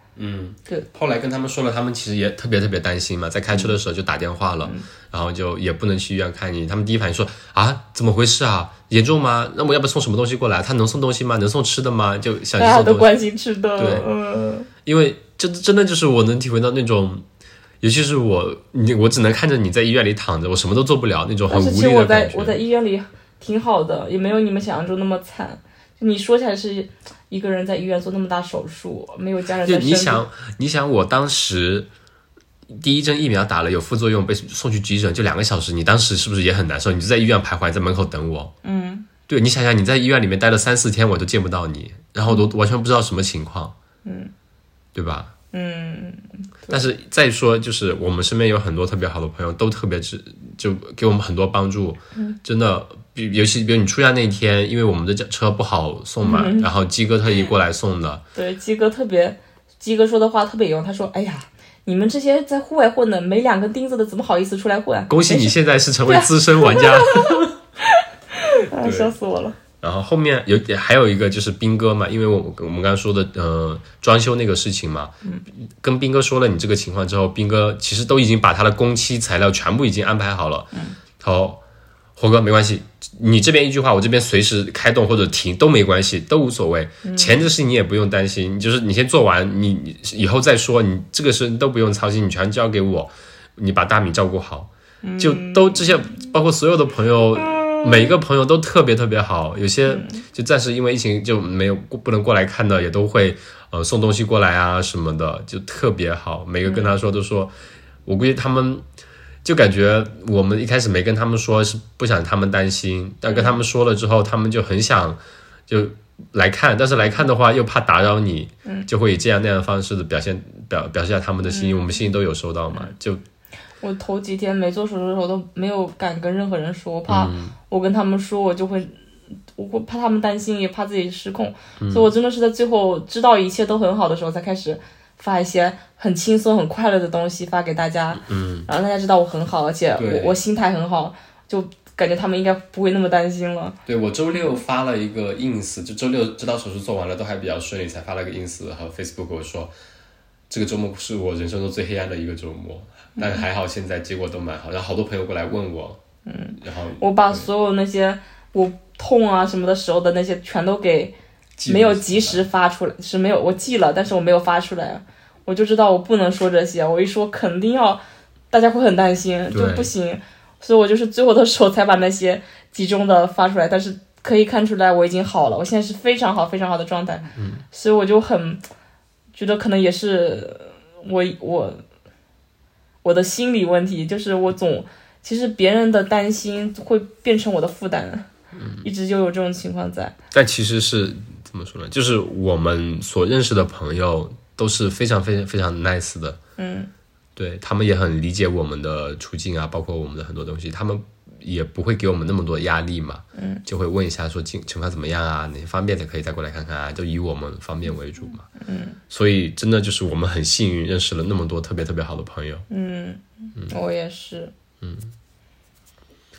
A: 后来跟他们说了，他们其实也特别特别担心嘛，在开车的时候就打电话了，
B: 嗯
A: 然后就也不能去医院看你。他们第一反应说啊，怎么回事啊？严重吗？那我要不送什么东西过来？他能送东西吗？能送吃的吗？就
B: 大
A: 想去
B: 家
A: 送
B: 都
A: 东西，
B: 关心吃的，
A: 对
B: 嗯，
A: 因为真真的就是我能体会到那种。尤其是我，你我只能看着你在医院里躺着，我什么都做不了，那种很
B: 但是
A: 无
B: 其
A: 力
B: 实我
A: 的感
B: 在
A: 觉。
B: 我在医院里挺好的，也没有你们想象中那么惨。就你说起来是一个人在医院做那么大手术，没有家人在
A: 就
B: 身边。
A: 你想，你想，我当时第一针疫苗打了有副作用，被送去急诊，就两个小时，你当时是不是也很难受？你就在医院徘徊，在门口等我。嗯，对，你想想，你在医院里面待了三四天，我都见不到你，然后我都完全不知道什么情况。嗯，对吧？嗯，但是再说，就是我们身边有很多特别好的朋友，都特别支，就给我们很多帮助。嗯，真的，比尤其比如你出院那天，因为我们的车不好送嘛，然后鸡哥特意过来送的。
B: 对，鸡哥特别，鸡哥说的话特别有用。他说：“哎呀，你们这些在户外混的，没两根钉子的，怎么好意思出来混啊？”
A: 恭喜你现在是成为资深玩家。
B: 啊，笑死我了。
A: 然后后面有还有一个就是斌哥嘛，因为我我们刚刚说的呃装修那个事情嘛，跟斌哥说了你这个情况之后，斌哥其实都已经把他的工期材料全部已经安排好了。嗯，他说火哥没关系，你这边一句话，我这边随时开动或者停都没关系，都无所谓。钱的事情你也不用担心，就是你先做完，你你以后再说，你这个事都不用操心，你全交给我，你把大米照顾好。就都这些，包括所有的朋友，每一个朋友都特别特别好。有些就暂时因为疫情就没有不能过来看的，也都会呃送东西过来啊什么的，就特别好。每个跟他说都说，我估计他们就感觉我们一开始没跟他们说是不想他们担心，但跟他们说了之后，他们就很想就来看，但是来看的话又怕打扰你，就会以这样那样的方式的表现表表现下他们的心意。我们心意都有收到嘛，就
B: 我头几天没做手术的时候，我都没有敢跟任何人说，我怕我跟他们说，我就会，我会怕他们担心，也怕自己失控。所以我真的是在最后知道一切都很好的时候，才开始发一些很轻松、很快乐的东西发给大家。嗯，然后大家知道我很好，而且
A: 对
B: 我我心态很好，就感觉他们应该不会那么担心了。
A: 对我周六发了一个 ins，就周六知道手术做完了都还比较顺利，才发了个 ins 和 Facebook 我说，这个周末是我人生中最黑暗的一个周末，但还好现在结果都蛮好，然后好多朋友过来问我，嗯，然后
B: 我把所有那些我痛啊什么的时候的那些全都给
A: 记录
B: 没有
A: 下
B: 及时发出来，是没有我记了，但是我没有发出来，我就知道我不能说这些，我一说肯定要大家会很担心，就
A: 对
B: 不行，所以我就是最后的时候才把那些集中的发出来，但是可以看出来我已经好了，我现在是非常好非常好的状态，嗯、所以我就很觉得可能也是我我我的心理问题，就是我总其实别人的担心会变成我的负担，一直就有这种情况在。
A: 但其实是怎么说呢？就是我们所认识的朋友都是非常非常非常 nice 的，嗯，对他们也很理解我们的处境啊，包括我们的很多东西，他们也不会给我们那么多压力嘛，嗯，就会问一下说情情况怎么样啊，哪些方面的可以再过来看看啊，就以我们方面为主嘛，嗯，所以真的就是我们很幸运认识了那么多特别特别好的朋友，
B: 我也是。嗯，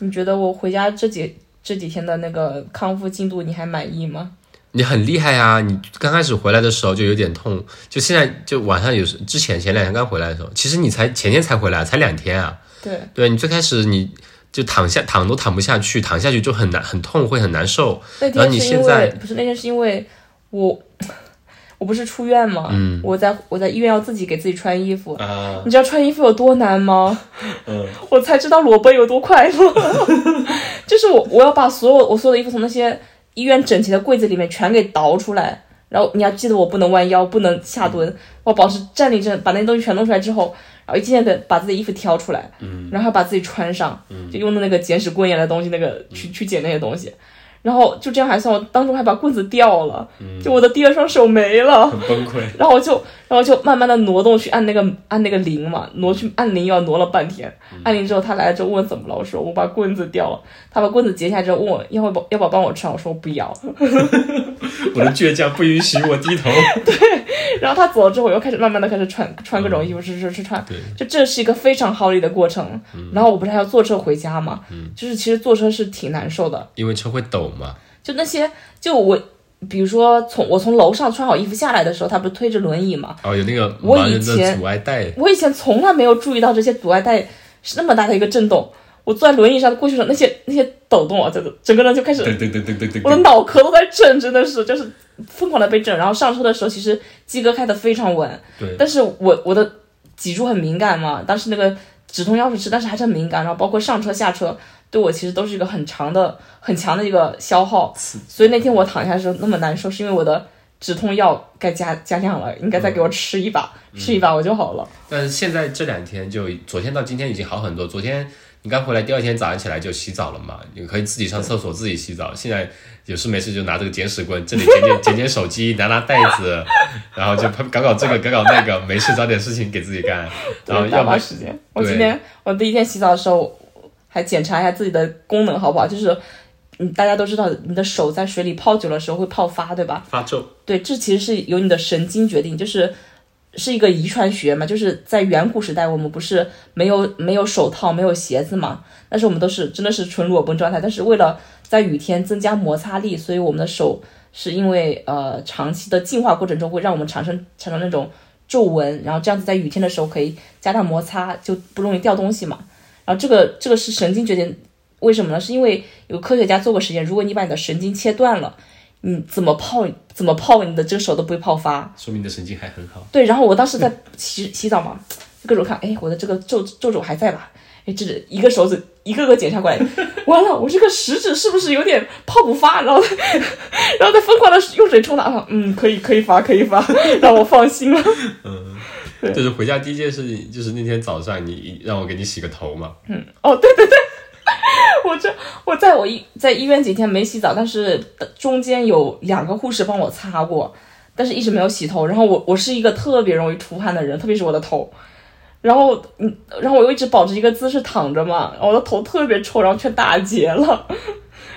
B: 你觉得我回家这几这几天的那个康复进度你还满意吗？
A: 你很厉害啊！你刚开始回来的时候就有点痛，就现在就晚上有时之前前两天刚回来的时候，其实你才前天才回来，才两天啊。
B: 对，
A: 对你最开始你就躺下躺都躺不下去，躺下去就很难很痛，会很难受。
B: 那
A: 然后
B: 天
A: 你
B: 是因
A: 现在
B: 为不是那天是因为我 我不是出院吗？嗯，我在我在医院要自己给自己穿衣服。
A: 啊
B: 你知道穿衣服有多 难吗？嗯，我才知道裸奔有多快乐。 就是我我要把所有我所有的衣服从那些医院整齐的柜子里面全给倒出来。然后你要记得，我不能弯腰，不能下蹲，我要保持站立正，把那些东西全弄出来之后，然后一件件的把自己衣服挑出来，嗯，然后还把自己穿上，嗯，就用的那个捡屎棍一样的东西，那个去
A: 嗯
B: 去捡那些东西，然后就这样还算，我当初还把棍子掉了，就我的第二双手 没了，
A: 嗯崩溃。
B: 然后我就然后就慢慢的挪动去按那个按那个铃嘛，挪去按铃又要挪了半天，
A: 嗯
B: 按铃之后他来了之后问怎么了，我说我把棍子掉了，他把棍子截下来之后问我要不要要不要帮我穿，我说我不要，
A: 我的倔强不允许我低头。
B: 然后他走了之后，我又开始慢慢的开始穿穿各种衣服，吃吃吃穿，就这是一个非常耗力的过程。
A: 嗯
B: 然后我不是还要坐车回家嘛，就是其实坐车是挺难受的，
A: 因为车会抖嘛，
B: 就那些就我。比如说从我从楼上穿好衣服下来的时候，他不是推着轮椅嘛？
A: 哦，有那个
B: 我
A: 盲
B: 以
A: 人的
B: 前
A: 阻碍带，
B: 我以前从来没有注意到这些阻碍带是那么大的一个震动。我坐在轮椅上过去的时候，那些那些抖动啊，整个整个人就开始
A: 对对对对对对
B: 我的脑壳都在震，真的是就是疯狂的被震。然后上车的时候，其实鸡哥开的非常稳，
A: 对
B: 但是我我的脊柱很敏感嘛，当时那个止痛药是吃，但是还是很敏感。然后包括上车下车，对我其实都是一个很长的、很强的一个消耗。所以那天我躺下的时候那么难受，是因为我的止痛药该加加量了，应该再给
A: 嗯
B: 我吃一把，吃一把我就好了。
A: 但是现在这两天就昨天到今天已经好很多。昨天你刚回来，第二天早上起来就洗澡了嘛，你可以自己上厕所自己洗澡。现在有事没事就拿这个捡屎棍，这里捡捡捡捡手机，拿拿袋子，然后就搞搞这 个搞搞那个，没事找点事情给自己干。然后
B: 对，
A: 要
B: 打
A: 么
B: 发时间。我今天我第一天洗澡的时候，还检查一下自己的功能好不好，就是。嗯，大家都知道，你的手在水里泡久了时候会泡发，对吧？
A: 发皱，
B: 对，这其实是由你的神经决定，就是是一个遗传学嘛，就是在远古时代，我们不是没有没有手套、没有鞋子嘛，但是我们都是真的是纯裸奔状态，但是为了在雨天增加摩擦力，所以我们的手是因为呃长期的进化过程中会让我们产生产生那种皱纹，然后这样子在雨天的时候可以加大摩擦，就不容易掉东西嘛。然后这个这个是神经决定，为什么呢？是因为有科学家做过实验，如果你把你的神经切断了。你怎么泡怎么泡，你的这个手都不会泡发。
A: 说明你的神经还很好。
B: 对，然后我当时在洗洗澡嘛，就各种看，哎，我的这个皱皱褶还在吧？哎，这一个手指一个个检查过来，完了，我这个食指是不是有点泡不发？然后，然后再疯狂的用水冲它，啊嗯，可以可以发可以发，让我放心了。
A: 就是回家第一件事情就是那天早上你让我给你洗个头嘛，
B: 哦，对对对，我这我在我医在医院几天没洗澡，但是中间有两个护士帮我擦过，但是一直没有洗头。然后我我是一个特别容易出汗的人，特别是我的头。然后嗯，然后我又一直保持一个姿势躺着嘛，我的头特别臭，然后全打结了。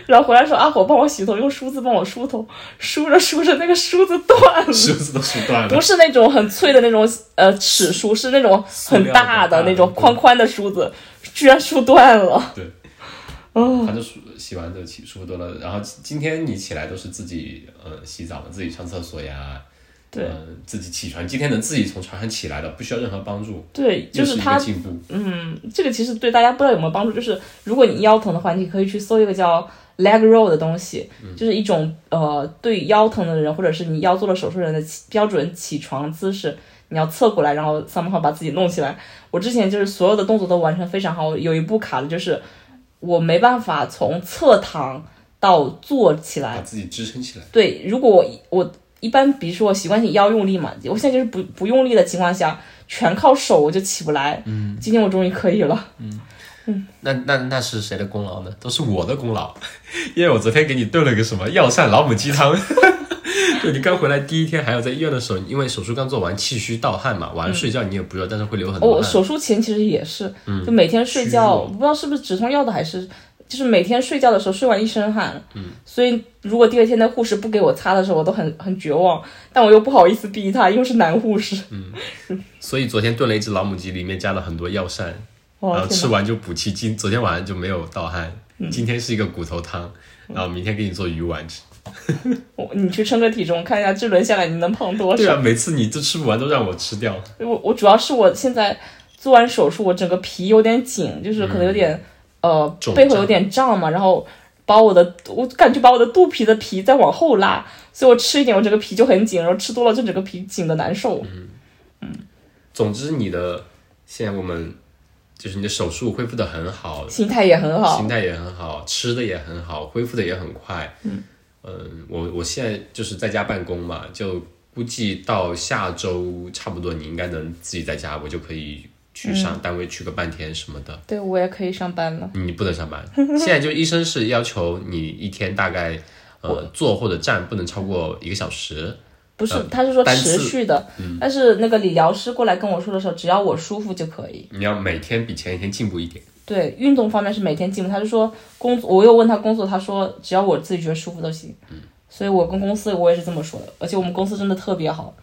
B: 然后回来说阿火帮我洗头，用梳子帮我梳头，梳着梳着那个梳子断了，
A: 梳子都梳断
B: 不
A: 了。
B: 是那种很脆的那种呃齿梳，是那种很大
A: 塑料的
B: 的那种
A: 对
B: 宽宽的梳子，居然梳断了。
A: 对，
B: 哦
A: 他就梳洗完就起梳多了，然后今天你起来都是自己呃洗澡嘛，自己上厕所呀，
B: 对
A: 呃，自己起床，今天能自己从床上起来了，不需要任何帮助，
B: 对，就
A: 又
B: 是
A: 一
B: 它
A: 个进步。
B: 嗯这个其实对大家不知道有没有帮助，就是如果你腰疼的话，你可以去搜一个叫 leg roll 的东西，就是一种呃对腰疼的人或者是你腰做了手术的人的起标准起床姿势。你要侧过来，然后 somehow 把自己弄起来。我之前就是所有的动作都完成非常好，有一步卡的就是我没办法从侧躺到坐起来
A: 把，自己支撑起来，
B: 对，如果我我一般，比如说我习惯性腰用力嘛，我现在就是不不用力的情况下，全靠手我就起不来。嗯，今天我终于可以了。
A: 那那那是谁的功劳呢？都是我的功劳， 因为我昨天给你炖了个什么药膳老母鸡汤。 就你刚回来第一天，还有在医院的时候，因为手术刚做完，气虚盗汗嘛，晚上睡觉你也不热，但是会流很
B: 哦我、
A: 多汗。
B: 手术前其实也是，就每天睡觉，
A: 虚弱
B: 我不知道是不是止痛药的还是。就是每天睡觉的时候睡完一身汗，嗯，所以如果第二天的护士不给我擦的时候，我都很很绝望，但我又不好意思逼他，又是男护士，
A: 嗯所以昨天炖了一只老母鸡，里面加了很多药膳，然
B: 哦
A: 后吃
B: 天哪，嗯
A: 完就补气。今昨天晚上就没有盗汗，今天是一个骨头汤，然后明天给你做鱼丸吃。
B: 我你去称个体重，看一下这轮下来你能胖多少？
A: 对啊，每次你都吃不完都让我吃掉。
B: 我我主要是我现在做完手术，我整个皮有点紧，就是可能有点、呃
A: 嗯肿胀
B: 背后有点胀嘛，然后把我的我感觉把我的肚皮的皮再往后拉，所以我吃一点我整个皮就很紧，然后吃多了就整个皮紧的难受。
A: 嗯总之，你的现在我们就是你的手术恢复的很好，
B: 心态也很好
A: 心，态也很好，吃的也很好，恢复的也很快。嗯，我我现在就是在家办公嘛，就估计到下周差不多，你应该能自己在家，我就可以去
B: 嗯
A: 上单位去个半天什么的。
B: 对我也可以上班了。
A: 你不能上班，现在就医生是要求你一天大概呃坐或者站不能超过一个小时。
B: 不是，他是说
A: 呃单次嗯
B: 持续的，但是那个理疗师过来跟我说的时候，只要我舒服就可以。
A: 你要每天比前一天进步一点。
B: 对运动方面是每天进步，他就说工作，我又问他工作，他说只嗯要我自己觉得舒服都行。所以我跟公司我也是这么说的，而且我们公司真的特别好，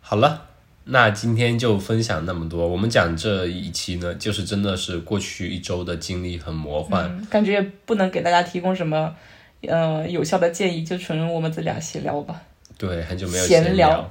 A: 好了，那今天就分享那么多。我们讲这一期呢，就是真的是过去一周的经历很魔幻，
B: 嗯感觉也不能给大家提供什么，呃，有效的建议，就纯我们自俩闲聊吧。
A: 对，很久没有
B: 闲
A: 聊。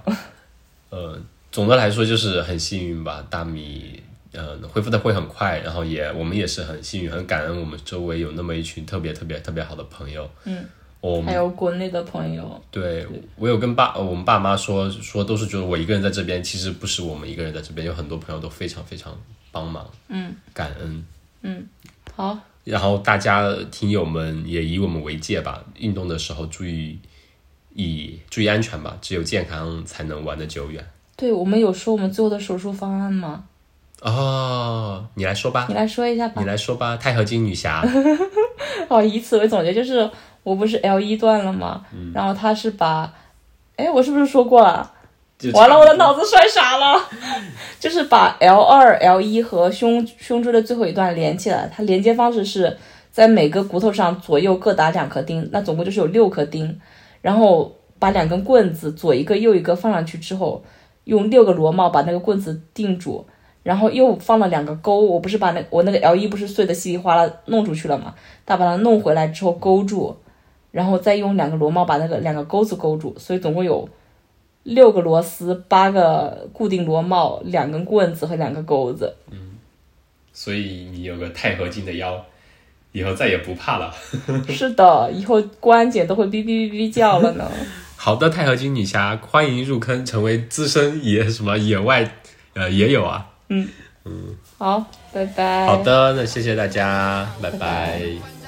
A: 呃，总的来说就是很幸运吧，大米。呃，恢复的会很快，然后也我们也是很幸运，很感恩我们周围有那么一群特别特别特别好的朋友。嗯，我
B: 还有国内的朋友，
A: 对我有跟爸呃我们爸妈说说，都是觉得我一个人在这边，其实不是我们一个人在这边，有很多朋友都非常非常帮忙，嗯，感恩。
B: 嗯好，
A: 然后大家听友们也以我们为戒吧，运动的时候注意以注意安全吧，只有健康才能玩得久远。
B: 对我们有说我们最后的手术方案吗？
A: 哦，你来说吧
B: 啊 你，来说一下吧
A: 你。来说吧，钛合金女侠，
B: 好，以此为总结，就是我不是 L 一段了吗？然后他是把，哎，我是不是说过了？
A: 就
B: 完了，我的脑子摔傻了。就是把 L 二、L 一和胸胸椎的最后一段连起来，它连接方式是在每个骨头上左右各打两颗钉，那总共就是有六颗钉，然后把两根棍子左一个右一个放上去之后，用六个螺帽把那个棍子定住。然后又放了两个钩，我不是把那我那个 L 一不是碎的稀里哗啦弄出去了嘛，他把它弄回来之后勾住，然后再用两个螺帽把那个两个钩子勾住，所以总共有六个螺丝、八个固定螺帽、两根棍子和两个钩子。
A: 所以你有个钛合金的腰，以后再也不怕了。
B: 是的，以后关节都会哔哔哔哔叫了呢。
A: 好的，钛合金女侠，欢迎入坑，成为资深野什么野外呃野友啊。
B: 好，拜拜。哎
A: 好的，那谢谢大家，拜拜。
F: 拜拜。